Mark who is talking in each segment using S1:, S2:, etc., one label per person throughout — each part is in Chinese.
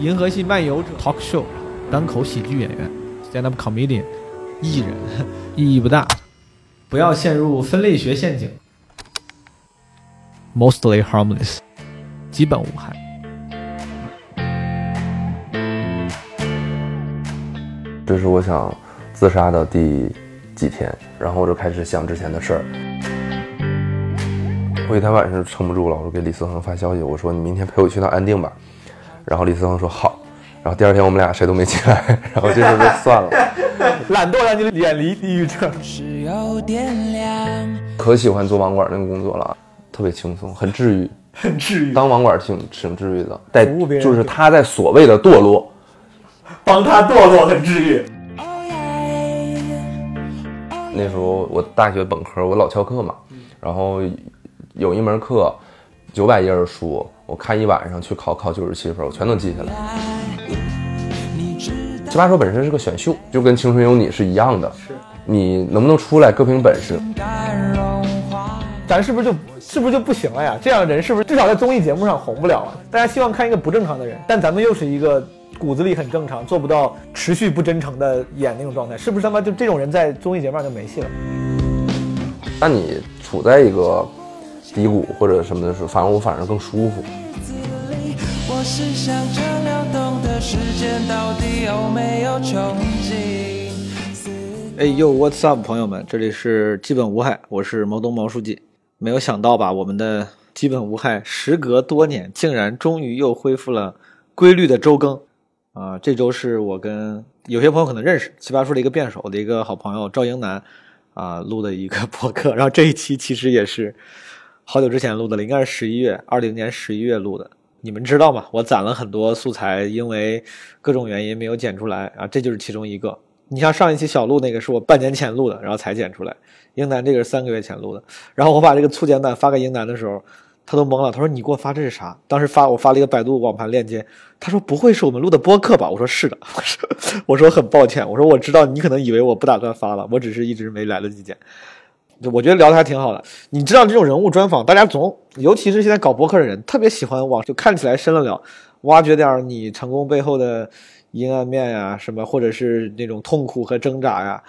S1: 银河系漫游者
S2: talk show，单口喜剧演员，stand up comedian，艺人， 意义不大
S1: 不要陷入分类学陷阱。
S2: ，mostly harmless，基本无害。
S3: 这是我想自杀的第几天，然后我就开始想之前的事儿。我有一天晚上就撑不住了，我就给李思恒发消息，我说你明天陪我去趟安定吧。然后李思恒说好。然后第二天我们俩谁都没起来，然后这事儿就算了。
S2: 懒惰让你远离抑郁症。
S4: 只有点亮。
S3: 可喜欢做网管那个工作了，特别轻松，很治愈。
S1: 很治愈，
S3: 当网管挺挺治愈的，在
S1: 服务别人
S3: 就是他在所谓的堕落，
S1: 帮他堕落很治愈。
S4: 哦耶！
S3: 那时候我大学本科，我老翘课嘛，
S4: 嗯
S3: 然后有一门课九百页的书，我看一晚上去考，考九十七分，我全能记下来。
S4: 你知道
S3: 奇葩说本身是个选秀，就跟《青春有你》是一样的，是你能不能出来各凭本事。
S4: 该融化。
S2: 咱是不是就是不是就不行了呀？这样人是不是至少在综艺节目上红不了啊？大家希望看一个不正常的人，但咱们又是一个骨子里很正常，做不到持续不真诚的演那种状态，是不是他妈就这种人在综艺节目上就没戏了？
S3: 那你处在一个低谷或者什么的时候，反而我反而更舒服。
S4: 子里，我是想着流动的时间到底有没有穷尽。
S5: 哎呦，What's up，朋友们，这里是基本无害，我是毛东毛书记。没有想到吧，我们的基本无害时隔多年，竟然终于又恢复了规律的周更。啊、这周是我跟有些朋友可能认识奇葩说的一个辩手我的一个好朋友赵英男啊、录的一个博客，然后这一期其实也是好久之前录的了，应该是十一月二零年十一月录的。你们知道吗？我攒了很多素材，因为各种原因没有剪出来啊，这就是其中一个。你像上一期小鹿那个是我半年前录的，然后才剪出来。英男这个是三个月前录的，然后我把这个粗剪版发给英男的时候，他都懵了，他说你给我发这是啥？当时发我发了一个百度网盘链接，他说不会是我们录的播客吧？我说是的， 我说我说很抱歉，我说我知道你可能以为我不打算发了，我只是一直没来得及剪。就我觉得聊的还挺好的。你知道这种人物专访，大家总尤其是现在搞博客的人，特别喜欢往就看起来深了聊，挖掘点儿你成功背后的阴暗面呀、什么或者是那种痛苦和挣扎呀、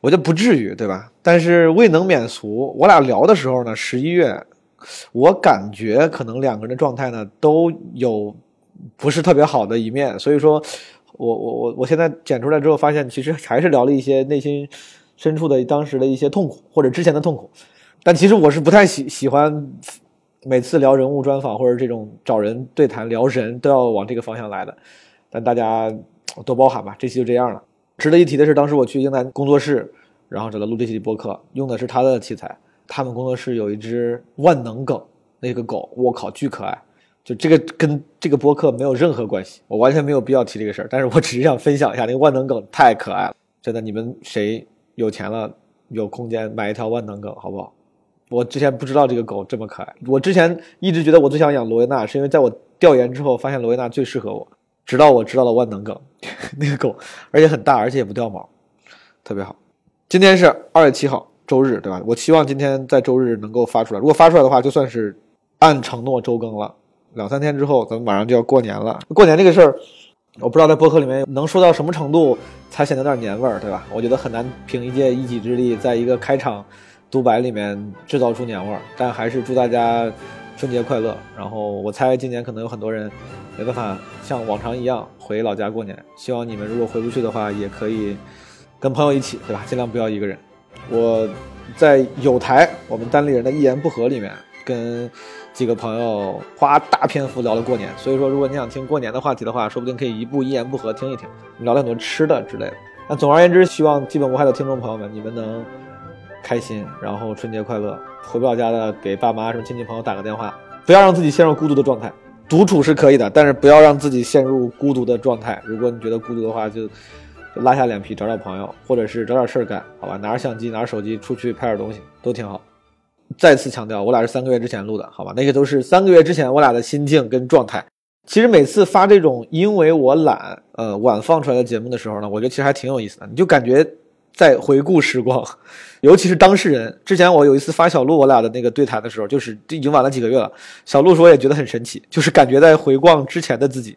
S5: 我觉得不至于，对吧？但是未能免俗，我俩聊的时候呢，十一月，我感觉可能两个人的状态呢都有不是特别好的一面，所以说我我我我现在剪出来之后，发现其实还是聊了一些内心深处的当时的一些痛苦或者之前的痛苦，但其实我是不太喜喜欢每次聊人物专访或者这种找人对谈聊人都要往这个方向来的，但大家呃多包涵吧，这期就这样了。值得一提的是，当时我去英南工作室，然后找他录这期播客，用的是他的器材。他们工作室有一只万能狗，那个狗，我靠，巨可爱。就这个跟这个播客没有任何关系，我完全没有必要提这个事儿。但是我只是想分享一下，那个万能狗太可爱了，真的。你们谁有钱了，有空间买一条万能狗，好不好？我之前不知道这个狗这么可爱，我之前一直觉得我最想养罗威纳，是因为在我调研之后发现罗威纳最适合我，直到我知道了万能狗， 那个狗，而且很大，而且也不掉毛，特别好。今天是二月七号，周日，对吧？我希望今天在周日能够发出来。如果发出来的话，就算是按承诺周更了。两三天之后，咱们马上就要过年了。过年这个事儿，我不知道在播客里面能说到什么程度才显得有点年味儿，对吧？我觉得很难凭一介一己之力，在一个开场独白里面制造出年味儿。但还是祝大家春节快乐。然后我猜今年可能有很多人没办法像往常一样回老家过年，希望你们如果回不去的话，也可以跟朋友一起，对吧？尽量不要一个人。我在有台我们单立人的一言不合里面，跟几个朋友花大篇幅聊了过年。所以说，如果你想听过年的话题的话，说不定可以一部一言不合听一听。我们聊了很多吃的之类的。那总而言之，希望基本无害的听众朋友们，你们能开心，然后春节快乐。回不了家的，给爸妈什么亲戚朋友打个电话，不要让自己陷入孤独的状态。独处是可以的，但是不要让自己陷入孤独的状态。如果你觉得孤独的话，就就拉下脸皮找找朋友，或者是找点事儿干，好吧？拿着相机，拿着手机出去拍点东西，都挺好。再次强调，我俩是三个月之前录的，好吧？那个都是三个月之前我俩的心境跟状态。其实每次发这种因为我懒，呃，晚放出来的节目的时候呢，我觉得其实还挺有意思的，你就感觉在回顾时光，尤其是当事人。之前我有一次发小鹿我俩的那个对谈的时候，就是这已经晚了几个月了。小鹿说也觉得很神奇，就是感觉在回望之前的自己。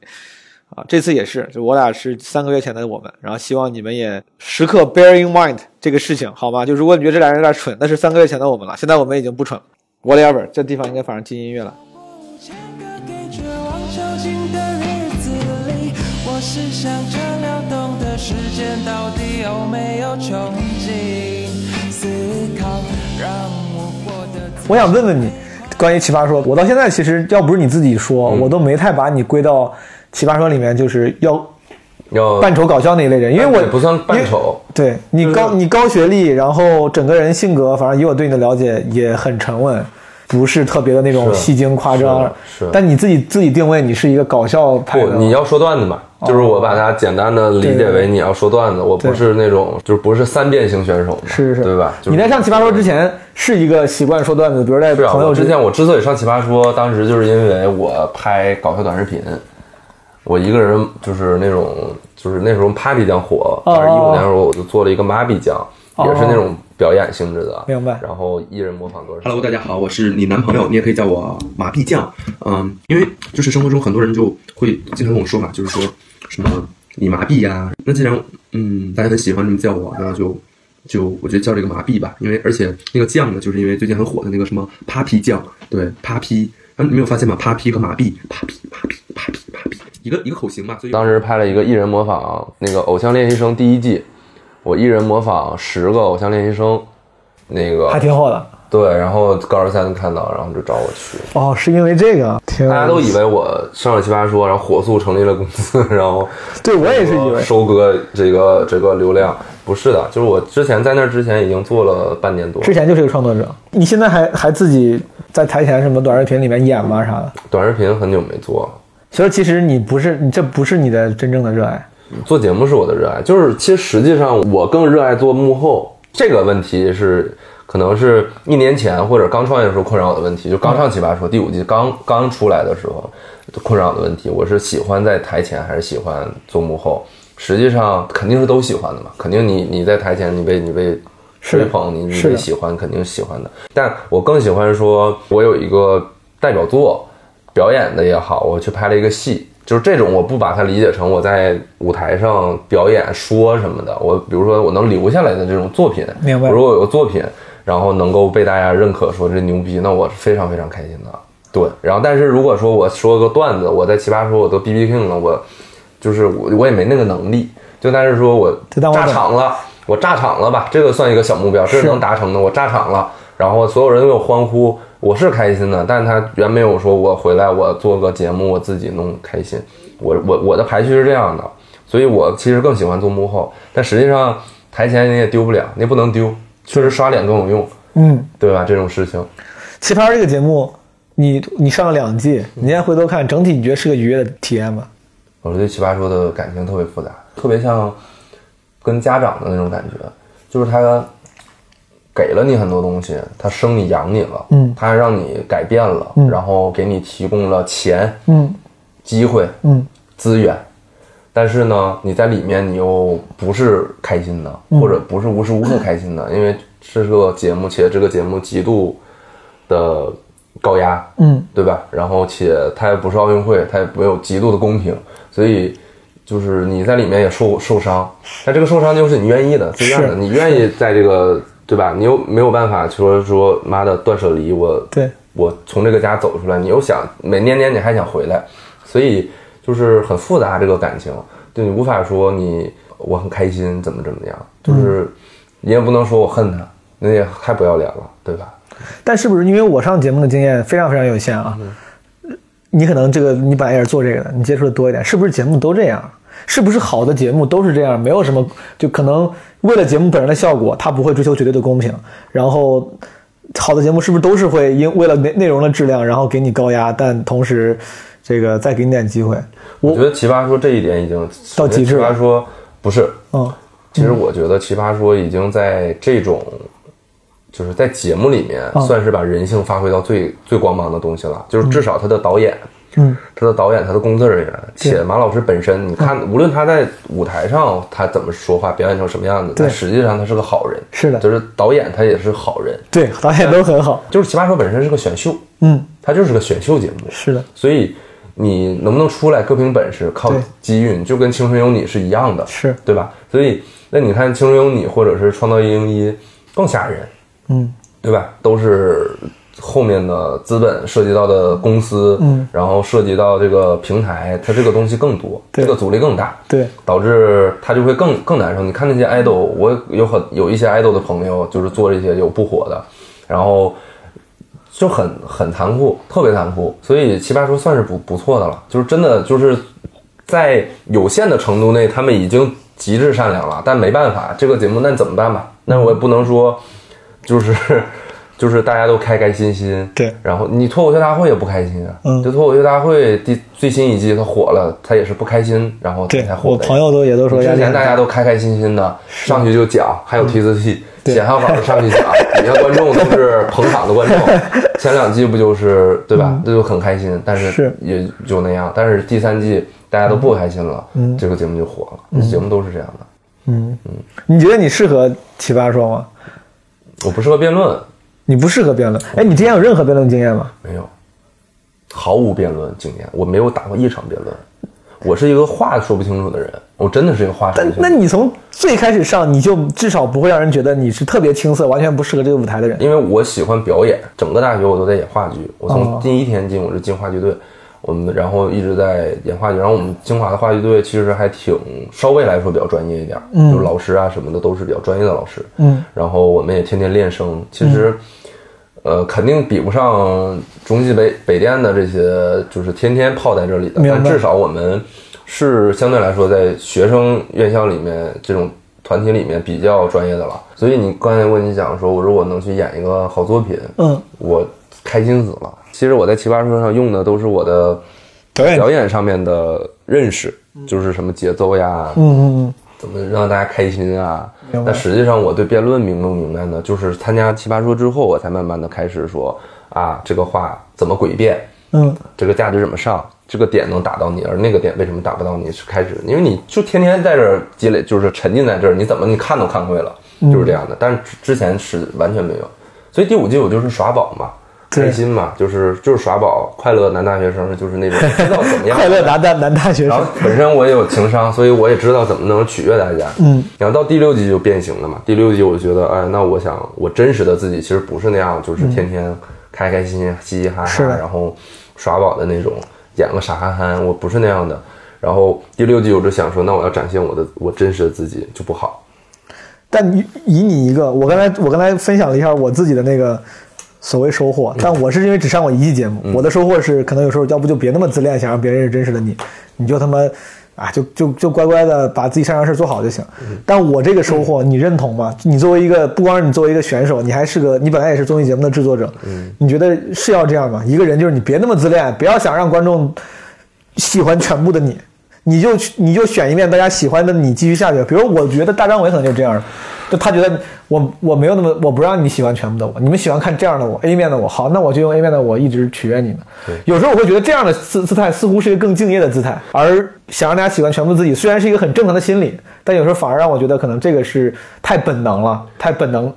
S5: 啊、啊，这次也是，就我俩是三个月前的我们，然后希望你们也时刻 bear in mind 这个事情，好吗？就如果你觉得这俩人有点蠢，那是三个月前的我们了，现在我们已经不蠢了。Whatever，这地方应该反正进音乐了。
S4: 五千个给绝望囚禁的日子里，我是想着撩动的时间到底有没有穷尽？思考让我过得自
S2: 我想问问你，关于奇葩说，我到现在其实要不是你自己说，
S3: 嗯
S2: 我都没太把你归到奇葩说里面，就是要
S3: 要
S2: 扮丑搞笑那一类人，因为我
S3: 呃也不算扮丑，
S2: 对你高你高学历，然后整个人性格，反正以我对你的了解也很沉稳，不是特别的那种
S3: 是
S2: 戏精夸张。
S3: 是是
S2: 但你自己自己定位你是一个搞笑派
S3: 不，
S2: 的，哦
S3: 你要说段子嘛，就是我把它简单的理解为你要说段子，我不是那种就是不是三变型选手嘛，
S2: 是是是，
S3: 对吧？就是
S2: 你在上奇葩说之前是一个习惯说段子，比如在
S3: 是啊，
S2: 朋友
S3: 我之
S2: 之
S3: 前我之所以上奇葩说，当时就是因为我拍搞笑短视频，我一个人就是那种就是那时候 Papi 酱火，
S2: 哦
S3: 二一五年的时候我就做了一个 Mabi 酱，也是那种表演性质的，
S2: 明白
S3: 然后一人模仿歌手。
S6: Hello，大家好，我是你男朋友，你也可以叫我麻痹酱。嗯，因为就是生活中很多人就会经常跟我说嘛，就是说什么你麻痹呀、那既然嗯大家很喜欢这么叫我，那就就我觉得叫这个麻痹吧，因为而且那个酱呢，就是因为最近很火的那个什么 Papi 酱，对 Papi，啊你没有发现吗？Papi 和麻痹，Papi Papi Papi Papi，一个一个口型嘛，所以
S3: 当时拍了一个一人模仿那个《偶像练习生》第一季，我一人模仿十个偶像练习生，那个
S2: 还挺火的。
S3: 对，然后高二三看到，然后就找我去。
S2: 哦，是因为这个，啊挺
S3: 大家都以为我上了奇葩说，然后火速成立了公司，然后
S2: 对我也是以为
S3: 收割这个这个流量，不是的，就是我之前在那之前已经做了半年多
S2: 之前就是一个创作者，你现在还还自己在台前什么短视频里面演吗啥的？
S3: 短视频，很久没做了。
S2: 所以其实你不是你这不是你的真正的热爱，
S3: 做节目是我的热爱，就是其实实际上我更热爱做幕后这个问题是，可能是一年前或者刚创业的时候困扰我的问题，就刚上奇葩说第五季刚刚出来的时候困扰我的问题，我是喜欢在台前还是喜欢做幕后？实际上肯定是都喜欢的嘛，肯定你你在台前你被你被
S2: 是
S3: 吹捧，你你
S2: 是的
S3: 被喜欢肯定是喜欢的，但我更喜欢说我有一个代表作，表演的也好，我去拍了一个戏，就是这种，我不把它理解成我在舞台上表演说什么的。我比如说我能留下来的这种作品，
S2: 明白
S3: 如果有个作品，然后能够被大家认可，说这牛逼，那我是非常非常开心的。对，然后但是如果说我说个段子，我在奇葩说我得 B B King 了，我就是我我也没那个能力，就但是说我
S2: 这当我
S3: 炸
S2: 懂
S3: 场了，我炸场了吧，这个算一个小目标，这
S2: 是
S3: 是能达成的。我炸场了，然后所有人都有欢呼，我是开心的，但他远没有说我回来我做个节目我自己弄开心。我我我的排序是这样的，所以我其实更喜欢做幕后，但实际上台前你也丢不了，你也不能丢，确实刷脸更有用，
S2: 嗯，
S3: 对吧？这种事情。
S2: 奇葩说这个节目，你你上了两季，你现在回头看，整体你觉得是个愉悦的体验吗？
S3: 我对奇葩说的感情特别复杂，特别像跟家长的那种感觉，就是他给了你很多东西，他生你养你了，
S2: 嗯
S3: 他让你改变了，
S2: 嗯
S3: 然后给你提供了钱、
S2: 嗯
S3: 机会、
S2: 嗯，
S3: 资源，但是呢，你在里面你又不是开心的，
S2: 嗯
S3: 或者不是无时无刻开心的，因为这是个节目，且这个节目极度的高压，
S2: 嗯，
S3: 对吧？然后且它也不是奥运会，它也没有极度的公平，所以就是你在里面也受受伤，但这个受伤就是你愿意的，自愿的，
S2: 是
S3: 你愿意在这个对吧？你又没有办法说说妈的断舍离，我
S2: 对，
S3: 我从这个家走出来，你又想每年年你还想回来，所以就是很复杂这个感情，对你无法说你我很开心怎么怎么样，就是
S2: 嗯
S3: 你也不能说我恨他，那也太不要脸了，对吧？
S2: 但是不是因为我上节目的经验非常非常有限啊？你可能这个你本来也是做这个的，你接触的多一点，是不是节目都这样？是不是好的节目都是这样？没有什么，就可能为了节目本身的效果，他不会追求绝对的公平。然后，好的节目是不是都是会因为了内内容的质量，然后给你高压，但同时这个再给你点机会？
S3: 我觉得奇葩说这一点已经
S2: 到极致
S3: 奇
S2: 了
S3: 葩说不是，
S2: 嗯，
S3: 其实我觉得奇葩说已经在这种。就是在节目里面，
S2: 嗯
S3: 算是把人性发挥到最、最光芒的东西了。就是至少他的导演，
S2: 嗯，
S3: 他的导演、他的工作人员，且马老师本身，你
S2: 嗯
S3: 看，无论他在舞台上他怎么说话，表演成什么样子，
S2: 对
S3: 但实际上他是个好人。
S2: 是的
S3: 就是导演他也是好人。
S2: 对，导演都很好。
S3: 就是《奇葩说》本身是个选秀，
S2: 嗯，
S3: 它就是个选秀节目，
S2: 是的，
S3: 所以你能不能出来各凭本事，靠
S2: 对
S3: 机运，就跟青春有你是一样的，
S2: 是，
S3: 对吧？所以那你看青春有你或者是创造一零一更吓人，
S2: 嗯，
S3: 对吧？都是后面的资本涉及到的公司，
S2: 嗯，
S3: 然后涉及到这个平台，它这个东西更多，
S2: 对
S3: 这个阻力更大，
S2: 对，
S3: 导致他就会更更难受。你看那些 idol，我有很有一些 idol 的朋友，就是做这些有不火的，然后就很很残酷，特别残酷。所以奇葩说算是不不错的了，就是真的就是在有限的程度内，他们已经极致善良了，但没办法，这个节目那怎么办吧？那我也不能说就是 就是大家都开开心心，
S2: 对
S3: 然后你脱口秀大会也不开心啊，
S2: 嗯
S3: 就脱口秀大会第最新一季它火了，它也是不开心，然后它
S2: 对
S3: 才火
S2: 我
S3: 的
S2: 朋友都也都说
S3: 之
S2: 压力
S3: 前
S2: 很
S3: 大家
S2: 大，嗯
S3: 都开开心心的上去就讲，还有提词器，写好稿上去讲，底下观众都 是捧场的观众。前两季不就是对吧？那就很开心，但是
S2: 嗯是嗯
S3: 也就那样。但是第三季大家都不开心了，这个节目就火了。节目都是这样的。
S2: 你觉得你适合奇葩说吗？
S3: 我不适合辩论，
S2: 你不适合辩论，哎，你之前有任何辩论经验吗？
S3: 没有，毫无辩论经验，我没有打过一场辩论。我是一个话说不清楚的人，我真的是一个话说不
S2: 但
S3: 清楚的
S2: 那
S3: 人。
S2: 你从最开始上，你就至少不会让人觉得你是特别青涩、完全不适合这个舞台的人。
S3: 因为我喜欢表演，整个大学我都在演话剧。我
S2: 哦
S3: 从第一天进我就进话剧队，我们然后一直在演话剧。然后我们清华的话剧队其实还挺稍微来说比较专业一点，嗯、就是老师啊什么的都是比较专业的老师。
S2: 嗯，
S3: 然后我们也天天练声，其实、呃肯定比不上中戏北北电的这些，就是天天泡在这里的，
S2: 明白
S3: 但至少我们是相对来说在学生院校里面这种团体里面比较专业的了。所以你刚才问你讲说，我如果能去演一个好作品，
S2: 嗯，
S3: 我开心死了。其实我在奇葩说上用的都是我的
S2: 表演，
S3: 表演上面的认识，就是什么节奏呀，
S2: 嗯嗯
S3: 怎么让大家开心啊
S2: 明白？
S3: 但实际上我对辩论明不明白呢？就是参加奇葩说之后，我才慢慢的开始说啊，这个话怎么诡辩，
S2: 嗯
S3: 这个价值怎么上，这个点能打到你，而那个点为什么打不到你？是开始，因为你就天天在这儿积累，就是沉浸在这儿，你怎么你看都看会了，
S2: 嗯
S3: 就是这样的。但是之之前是完全没有，所以第五季我就是耍宝嘛。
S2: 对
S3: 开心嘛，就是就是耍宝，快乐男大学生就是那种知道怎么
S2: 嗯，
S3: 样
S2: 快乐男大男大学
S3: 然后
S2: 生，
S3: 本身我也有情商，所以我也知道怎么能取悦大家。
S2: 嗯，
S3: 然后到第六集就变形了嘛。第六集我就觉得，哎，那我想我真实的自己其实不是那样，就是天天开开心心、嘻嘻哈
S2: 嗯是
S3: 哈，
S2: 的
S3: 然后耍宝的那种，演个傻憨憨，我不是那样的。然后第六集我就想说，那我要展现我的我真实的自己就不好。
S2: 但你以你一个，我刚才我刚才分享了一下我自己的那个所谓收获，但我是因为只上过一季节目，我的收获是可能有时候要不就别那么自恋，想让别人认识真实的你，你就他妈啊就就就乖乖的把自己擅长的事做好就行。但我这个收获你认同吗？你作为一个不光是你作为一个选手，你还是个你本来也是综艺节目的制作者，你觉得是要这样吗？一个人就是你别那么自恋，不要想让观众喜欢全部的你。你就去你就选一面大家喜欢的，你继续下去。比如我觉得大张伟可能就是这样的，就他觉得我我没有那么我不让你喜欢全部的我，你们喜欢看这样的我 A 面的我，好，那我就用 A 面的我一直取悦你们。有时候我会觉得这样的姿姿态似乎是一个更敬业的姿态，而想让大家喜欢全部自己，虽然是一个很正常的心理，但有时候反而让我觉得可能这个是太本能了，太本能。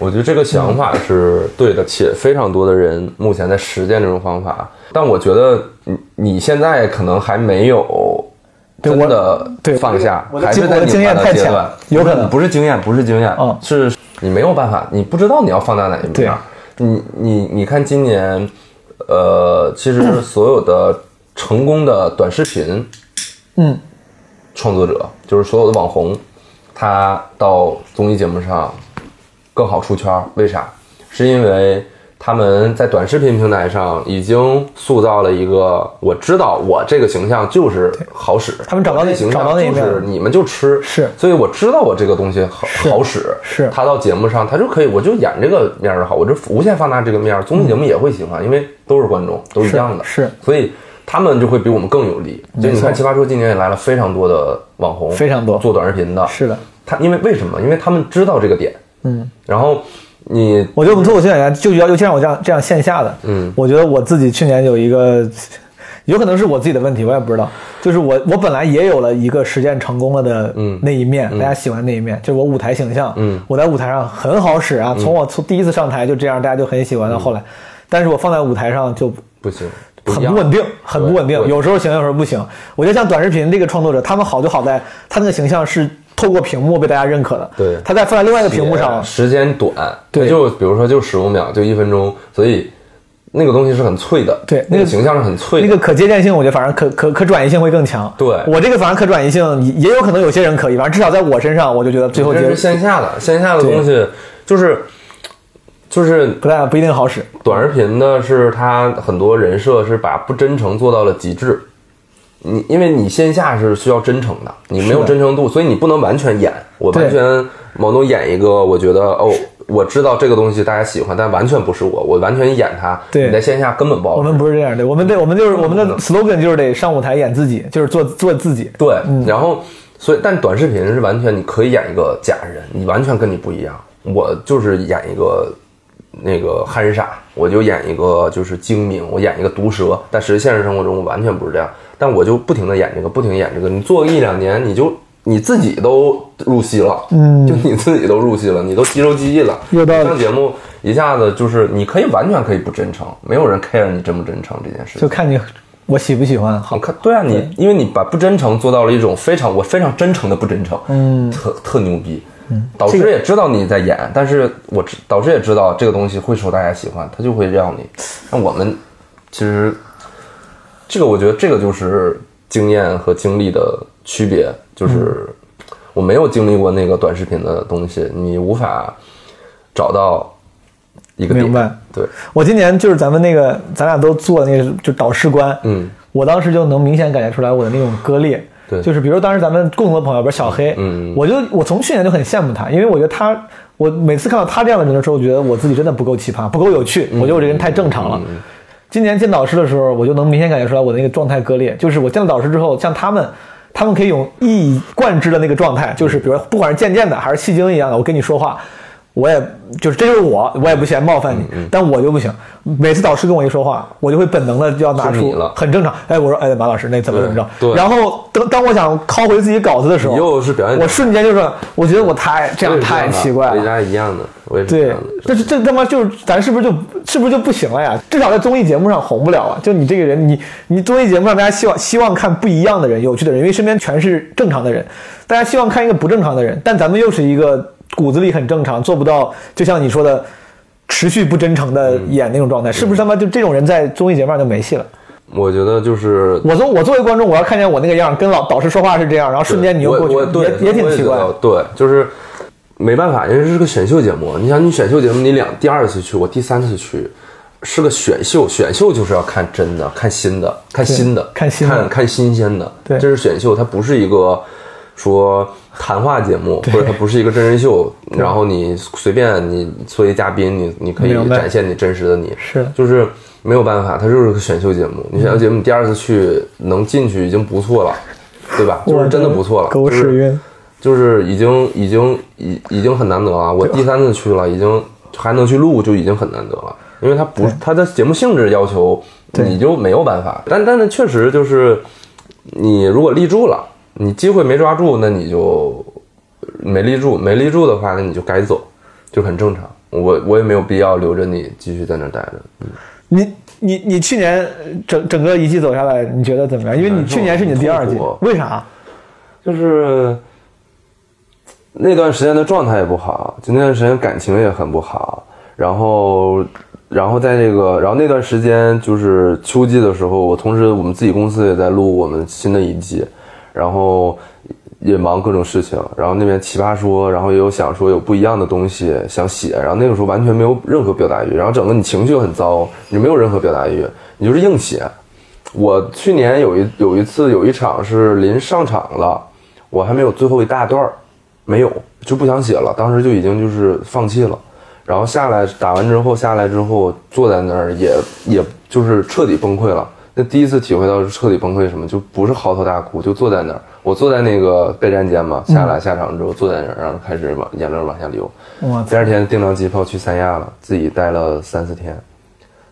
S3: 我觉得这个想法是对的，且非常多的人目前在实践这种方法。但我觉得你你现在可能还没有
S2: 对
S3: 真
S2: 我
S3: 的
S2: 对
S3: 放下，
S2: 我的
S3: 还
S2: 经
S3: 是在
S2: 我的
S3: 你
S2: 经验
S3: 发
S2: 太
S3: 的阶
S2: 浅
S3: 段，
S2: 有可能
S3: 不是不是经验，不是经验，
S2: 嗯
S3: 是你没有办法，你不知道你要放大哪一
S2: 对
S3: 面。你你你看今年，呃，其实所有的成功的短视频
S2: 嗯，
S3: 创作者，就是所有的网红，他到综艺节目上更好出圈儿，为啥？是因为他们在短视频平台上已经塑造了一个，我知道我这个形象就是好使，
S2: 他们找到那
S3: 我这形
S2: 找
S3: 象
S2: 到那一
S3: 就
S2: 面
S3: 是你们就吃，
S2: 是
S3: 所以我知道我这个东西好好使，
S2: 是
S3: 他到节目上他就可以，我就演这个面儿好，我就无限放大这个面儿，综艺节目也会喜欢，因为都是观众，都一
S2: 是
S3: 样的，
S2: 是
S3: 所以他们就会比我们更有利。就你
S2: 错
S3: 看奇葩说今年也来了非常多的网红，
S2: 非常多
S3: 做短视频的，
S2: 是的，
S3: 他因为为什么？因为他们知道这个点，嗯，然后你
S2: 我觉得我们脱口秀演员就要就像我这样这样线下的，
S3: 嗯
S2: 我觉得我自己去年有一个，有可能是我自己的问题，我也不知道。就是我我本来也有了一个实践成功了的
S3: 嗯
S2: 那一面，大家喜欢的那一面，就是我舞台形象，
S3: 嗯
S2: 我在舞台上很好使
S3: 嗯
S2: 啊，从我从第一次上台就这样，大家就很喜欢到后来，但是我放在舞台上就
S3: 不行，
S2: 很不稳定，很不稳定，
S3: 对
S2: 有时候行，有时候不行。我觉得像短视频这个创作者，他们好就好在他那个形象是透过屏幕被大家认可的，
S3: 对
S2: 他再放在另外一个屏幕上，
S3: 时间短，
S2: 对
S3: 它就比如说就十五秒，就一分钟，所以那个东西是很脆的，
S2: 对
S3: 那
S2: 那
S3: 个
S2: 个
S3: 形象是很脆的，
S2: 那个可接见性，我觉得反正可可可转移性会更强。
S3: 对
S2: 我这个反正可转移性也也有可能有些人可以，反正至少在我身上，我就觉得最后
S3: 这
S2: 结
S3: 是线下的，线下的东西就是就是
S2: 不太不一定好使。
S3: 短视频呢，是它很多人设是把不真诚做到了极致。你因为你线下是需要真诚的，你没有真诚度，所以你不能完全演。我
S2: 对
S3: 完全毛东演一个，我觉得哦，我知道这个东西大家喜欢，但完全不是我，我完全演它。
S2: 对
S3: 你在线下根本不
S2: 我
S3: 好使。
S2: 们不是这样的，我们对我们就是我们的
S3: 嗯
S2: slogan 就是得上舞台演自己，就是做做自己。
S3: 对，然后所以但短视频是完全你可以演一个假人，你完全跟你不一样。我就是演一个那个憨傻，我就演一个就是精明，我演一个毒舌，但实际现实生活中我完全不是这样。但我就不停的演这个，不停地演这个，你做个一两年，你就你自己都入戏了，嗯，就你自己都入戏了，你都吸收记忆了。
S2: 有道理
S3: 上节目一下子就是你可以完全可以不真诚，没有人 care 你真不真诚这件事情
S2: 就。看你我喜不喜欢。好
S3: 你，看，对啊，你因为你把不真诚做到了一种非常我非常真诚的不真诚，嗯，特特牛逼。
S2: 嗯
S3: 导师也知道你在演，但是我知导师也知道这个东西会受大家喜欢，他就会让你。那我们其实这个，我觉得这个就是经验和经历的区别，就是
S2: 嗯
S3: 我没有经历过那个短视频的东西，你无法找到一个点。
S2: 明白
S3: 对，
S2: 我今年就是咱们那个，咱俩都做那个就导师官，
S3: 嗯，
S2: 我当时就能明显感觉出来我的那种割裂。
S3: 对
S2: 就是比如当时咱们共同的朋友，比如小黑，
S3: 嗯嗯
S2: 我就我从去年就很羡慕他，因为我觉得他，我每次看到他这样的人的时候，我觉得我自己真的不够奇葩，不够有趣，
S3: 嗯
S2: 我觉得我这人太正常了。今年见导师的时候，我就能明显感觉出来我的那个状态割裂，就是我见了导师之后，像他们。他们可以有一以贯之的那个状态，就是比如不管是渐渐的还是戏精一样的，我跟你说话，我也就是这就是我，我也不嫌冒犯你，
S3: 嗯
S2: 但我就不行。每次导师跟我一说话，我就会本能的就要拿
S3: 是你
S2: 出
S3: 了，
S2: 很正常。哎，我说哎，马老师那怎么怎么着？
S3: 嗯对对
S2: 然后当当我想拷回自己稿子的时候，
S3: 你又是表演者
S2: 我瞬间就是我觉得我太这样太奇怪
S3: 大
S2: 了。
S3: 家一样的，我也是这
S2: 对
S3: 样的，。
S2: 但是这他妈就是咱是不是就是不是就不行了呀？至少在综艺节目上红不了啊！就你这个人，你你综艺节目让大家希望希望看不一样的人、有趣的人，因为身边全是正常的人，大家希望看一个不正常的人，但咱们又是一个骨子里很正常，做不到，就像你说的。持续不真诚的
S3: 嗯
S2: 演那种状态，是不是他妈就这种人在综艺节目上就没戏了？
S3: 我觉得就是
S2: 我作我作为观众，我要看见我那个样，跟老导师说话是这样，然后瞬间你又
S3: 我
S2: 过
S3: 我
S2: 去，
S3: 对
S2: 也也挺
S3: 我
S2: 奇
S3: 觉
S2: 怪。
S3: 得对，就是没办法，因为这是个选秀节目。你想，你选秀节目，你两第二次去，我第三次去，是个选秀，选秀就是要看真的，看新的，看新的，
S2: 看新的
S3: 看看新鲜的。
S2: 对
S3: 这是选秀，它不是一个说谈话节目，或者它不是一个真人秀。然后你随便你作为嘉宾，你你可以
S2: 明白
S3: 展现你真实的你，
S2: 是
S3: 就是没有办法，它就是个选秀节目。你选秀节目你第二次去能进去已经不错了。对吧？就是真的不错了，
S2: 狗屎
S3: 就是
S2: 运。
S3: 就是已经已经已已经很难得啊了。我第三次去了，已经还能去录，就已经很难得了。因为它不，它的节目性质要求，你就没有办法。但但是确实就是，你如果立住了，你机会没抓住，那你就没立住，没立住的话，那你就该走，就很正常。我我也没有必要留着你继续在那儿待着。
S2: 你你你去年整整个一季走下来，你觉得怎么样？因为你去年是你的第二季
S3: 很痛，苦
S2: 为啥？啊
S3: 就是那段时间的状态也不好，就那段时间感情也很不好，然后，然后在这个，然后那段时间就是秋季的时候，我同时我们自己公司也在录我们新的一季，然后也忙各种事情，然后那边奇葩说，然后也有想说有不一样的东西想写，然后那个时候完全没有任何表达欲，然后整个你情绪很糟，你没有任何表达欲，你就是硬写。我去年有一有一次有一场是临上场了，我还没有最后一大段儿，没有就不想写了，当时就已经就是放弃了。然后下来打完之后下来之后坐在那儿也也就是彻底崩溃了。那第一次体会到是彻底崩溃是什么，就不是嚎啕大哭，就坐在那儿。我坐在那个备战间嘛，下
S2: 嗯
S3: 来下场之后坐在那儿，然后开始往眼泪往下流。
S2: 哇
S3: 第二天订张机票去三亚了，自己待了三四天，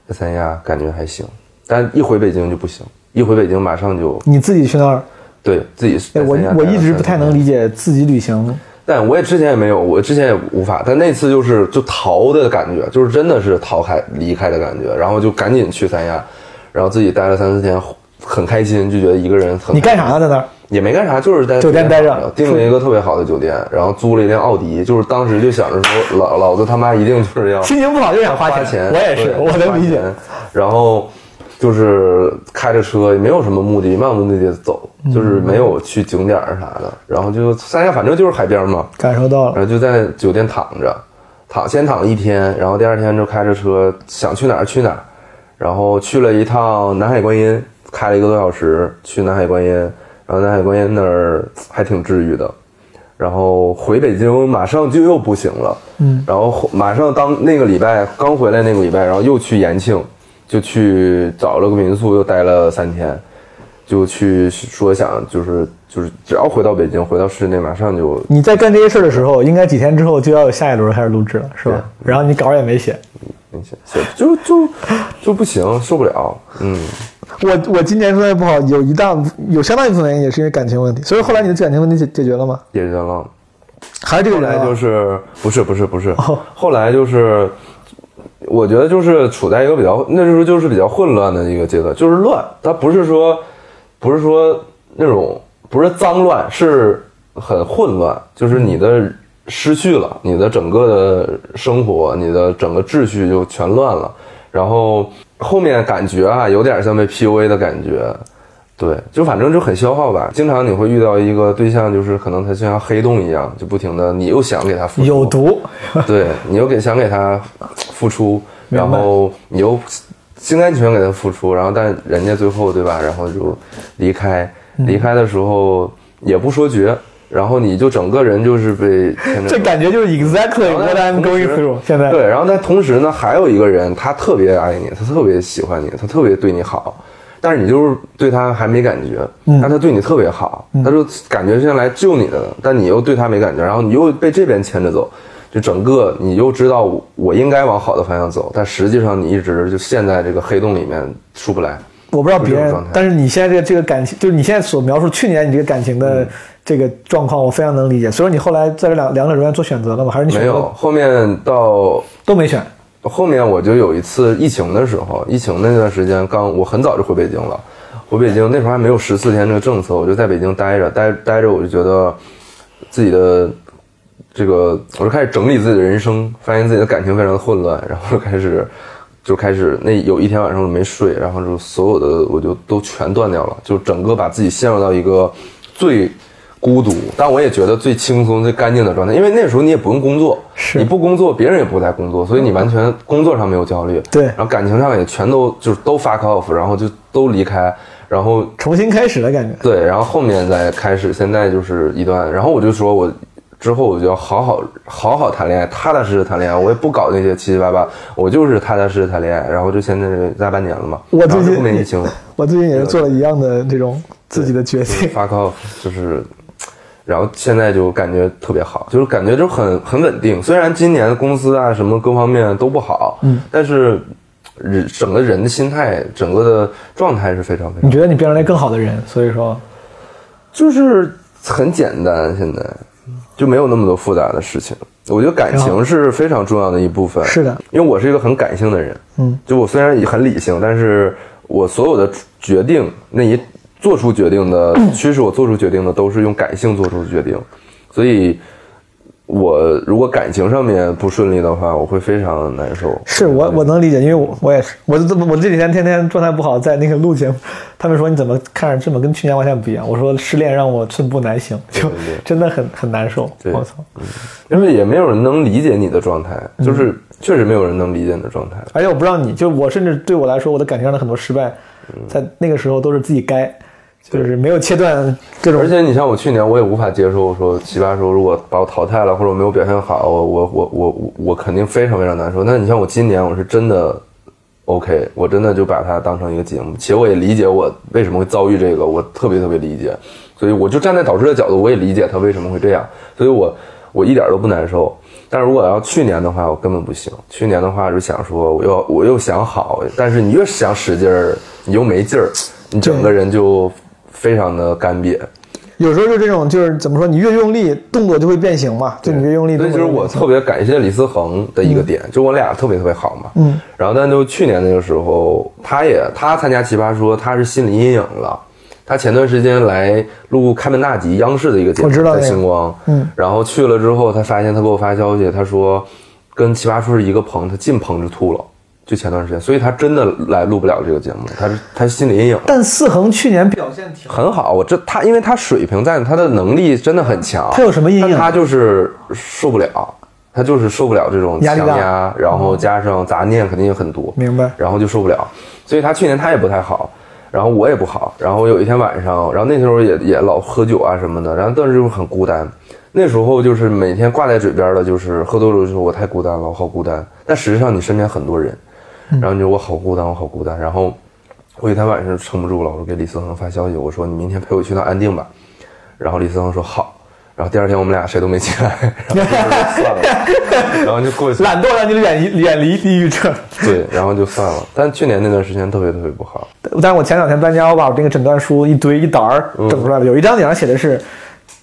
S3: 在三亚感觉还行，但一回北京就不行，一回北京马上就
S2: 你自己去那儿，
S3: 对自己在
S2: 哎我
S3: 三亚
S2: 我
S3: 待了
S2: 一直
S3: 三
S2: 不太
S3: 天
S2: 能理解自己旅行，
S3: 但我也之前也没有，我之前也无法。但那次就是就逃的感觉，就是真的是逃开离开的感觉，然后就赶紧去三亚，然后自己待了三四天，很开心，就觉得一个人很
S2: 你干啥呢？在那儿？
S3: 也没干啥，就是在
S2: 酒店待着
S3: 然后订了一个特别好的酒店，然后租了一辆奥迪，就是当时就想着说老老子他妈一定就是要
S2: 心情不好就想花
S3: 花钱，，
S2: 钱我也是，
S3: 对
S2: 我能理。
S3: 花
S2: 解。
S3: 钱然后就是开着车，也没有什么目的，漫无目的地走，
S2: 嗯
S3: 就是没有去景点儿啥的。然后就三亚，反正就是海边嘛，
S2: 感受到
S3: 然
S2: 了，
S3: 后就在酒店躺着，躺先躺了一天，然后第二天就开着车想去哪儿去哪儿，然后去了一趟南海观音，开了一个多小时去南海观音，然后南海观音那儿还挺治愈的。然后回北京马上就又不行了，
S2: 嗯，
S3: 然后马上当那个礼拜刚回来那个礼拜，然后又去延庆，就去找了个民宿，又待了三天，就去说想就是就是只要回到北京，回到市内马上就
S2: 你在干这些事儿的时候，应该几天之后就要有下一轮开始录制了，是吧？然后你稿儿也没写，
S3: 那些，写就就就不行，受不了。嗯，
S2: 我我今年状态不好，有一大有相当一部分原因也是因为感情问题，所以后来你的感情问题解解决了吗？
S3: 解决了。
S2: 还是这个
S3: 后
S2: 人、啊？
S3: 来就是不是不是不是， 后来就是，我觉得就是处在一个比较那时候就是比较混乱的一个阶段，就是乱，它不是说不是说那种不是脏乱，是很混乱，就是你的失去了你的整个的生活，你的整个秩序就全乱了，然后后面感觉啊有点像被 PUA 的感觉，对，就反正就很消耗吧。经常你会遇到一个对象，就是可能他就像黑洞一样，就不停的，你又想给他付出，
S2: 有毒，
S3: 对你又给想给他付出，然后你又心甘情愿给他付出，然后但人家最后对吧，然后就离开，
S2: 嗯
S3: 离开的时候也不说绝，然后你就整个人就是被牵着
S2: 这
S3: 走
S2: 感觉就是 exactly
S3: 然后
S2: what
S3: 但
S2: I'm
S3: 同
S2: going
S3: 时
S2: through。现在，
S3: 对，然后但同时呢，还有一个人，他特别爱你，他特别喜欢你，他特别对你好，但是你就是对他还没感觉，
S2: 嗯
S3: 但他对你特别好，他就感觉像来救你的，但你又对他没感觉，然后你又被这边牵着走，就整个你又知道我我应该往好的方向走，但实际上你一直就陷在这个黑洞里面出不来。
S2: 我不知道别
S3: 就这
S2: 人
S3: 种状态，
S2: 但是你现在这个这个感情，就是你现在所描述去年你这个感情
S3: 嗯
S2: 的这个状况，我非常能理解。所以说你后来在这两两者中间做选择了吗？还是你选
S3: 没
S2: 择
S3: 有，后面到
S2: 都没选？
S3: 后面我就有一次疫情的时候，疫情那段时间刚我很早就回北京了，回北京那时候还没有十四天这个政策，我就在北京待着，待待着我就觉得自己的这个，我就开始整理自己的人生，发现自己的感情非常的混乱，然后就开始就开始那有一天晚上我没睡，然后就所有的我就都全断掉了，就整个把自己陷入到一个最孤独，但我也觉得最轻松、最干净的状态，因为那时候你也不用工作，
S2: 是
S3: 你不工作，别人也不在工作，所以你完全工作上没有焦虑，
S2: 嗯对
S3: 然后感情上也全都就是都 fuck off，然后就都离开，然后
S2: 重新开始的感觉。
S3: 对，然后后面再开始，现在就是一段，然后我就说我之后我就要好好好好谈恋爱，踏踏实实谈恋爱，我也不搞那些七七八八，我就是踏踏实实谈恋爱，然后就现在这大半年了嘛，
S2: 我
S3: 然后
S2: 最近
S3: 就后面疫情
S2: 我最近也是做了一样的这种自己的决定。
S3: fuck off，就是，然后现在就感觉特别好，就是感觉就很很稳定，虽然今年公司啊什么各方面都不好，嗯，但是人整个人的心态，整个的状态是非常非常
S2: 你觉得你变成了一个更好的人，所以说
S3: 就是很简单，现在就没有那么多复杂的事情。我觉得感
S2: 挺好
S3: 情是非常重要的一部分。
S2: 是的，
S3: 因为我是一个很感性的人，
S2: 嗯，
S3: 就我虽然也很理性，但是我所有的决定，那一做出决定的驱使我做出决定的，都是用感性做出决定，所以。我如果感情上面不顺利的话，我会非常难受。
S2: 是我我能理解，因为我我也是，我就这么我这几天天天状态不好，在那个录节目， 他们说你怎么看着这么跟去年完全不一样？我说失恋让我寸步难行，就
S3: 对对
S2: 真的很很难受。
S3: 对
S2: 我操！
S3: 因为也没有人能理解你的状态，就是
S2: 嗯
S3: 确实没有人能理解你的状态。
S2: 而且我不知道你，就我甚至对我来说，我的感情上的很多失败，在那个时候都是自己该，就是没有切断这种
S3: 而且你像我去年，我也无法接受说奇葩说如果把我淘汰了，或者我没有表现好，我我我我我我肯定非常非常难受。那你像我今年，我是真的 OK，我真的就把它当成一个节目，且我也理解我为什么会遭遇这个，我特别特别理解。所以我就站在导师的角度，我也理解他为什么会这样，所以我我一点都不难受。但是如果要去年的话，我根本不行。去年的话，就想说我又我又想好，但是你越想使劲儿，你又没劲儿，你整个人就非常的干瘪。
S2: 有时候就这种就是怎么说，你越用力，动作就会变形嘛，就你越用力，
S3: 所以
S2: 动
S3: 就是
S2: 作就会
S3: 我
S2: 变形
S3: 特别感谢李思恒的一个点，就我俩特别特别好嘛。
S2: 嗯，
S3: 然后但就去年那个时候，他也他参加奇葩说，他是心理阴影了。他前段时间来录《开门大吉》，央视的一个节目，
S2: 我知道
S3: 在
S2: 那个
S3: 星光。
S2: 嗯，
S3: 然后去了之后，他发现他给我发消息，他说跟奇葩说是一个棚，他进棚就吐了，就前段时间，所以他真的来录不了这个节目，他是他心理阴影了。
S2: 但四恒去年表现挺
S3: 很好，我这他因为他水平在，他的能力真的很强。
S2: 他有什么阴影
S3: 但他就是受不了，他就是受不了这种
S2: 压力
S3: 强
S2: 大嗯
S3: 压，然后加上杂念肯定也很多，
S2: 明白
S3: 然后就受不了，所以他去年他也不太好，然后我也不好，然后有一天晚上，然后那时候也也老喝酒啊什么的，然后但是就是很孤单。那时候就是每天挂在嘴边的，就是喝多了就是我太孤单了，我好孤单。但实际上你身边很多人，然后你就我好孤单，我好孤单。然后我有一天晚上撑不住了，我说给李思恒发消息，我说你明天陪我去趟安定吧。然后李思恒说好。然后第二天我们俩谁都没起来，然后就说算了，然后就过去了。
S2: 懒惰让你远离远离抑郁症。
S3: 对，然后就算了。但去年那段时间特别特别不好，
S2: 但是我前两天搬家，我把我这个诊断书一堆一沓儿整出来了，有一张脸上写的是，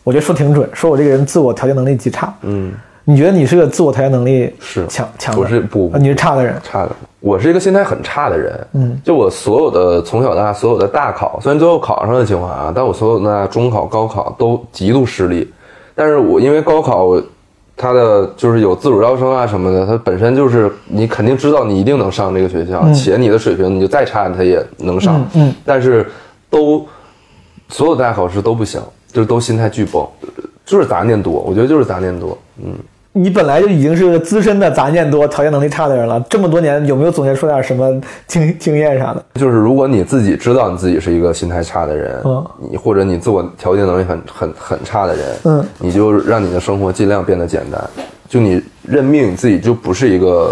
S2: 我觉得说挺准，说我这个人自我调节能力极差。
S3: 嗯，
S2: 你觉得你是个自我调节能力
S3: 是
S2: 强强的？
S3: 不是不
S2: 啊你是差的人。
S3: 差的。我是一个心态很差的人，
S2: 嗯，
S3: 就我所有的从小到大所有的大考，虽然最后考上了清华啊，但我所有的那中考、高考都极度失利。但是我因为高考，我它的就是有自主招生啊什么的，它本身就是你肯定知道你一定能上这个学校，且你的水平你就再差它也能上，
S2: 嗯嗯
S3: 但是都所有的大考试都不行，就是都心态巨崩，就是杂念多，我觉得就是杂念多，嗯。
S2: 你本来就已经是个资深的杂念多、调节能力差的人了，这么多年有没有总结出点什么经经验啥的？
S3: 就是如果你自己知道你自己是一个心态差的人，
S2: 嗯
S3: 你或者你自我调节能力很很很差的人，
S2: 嗯
S3: 你就让你的生活尽量变得简单，就你认命你自己就不是一个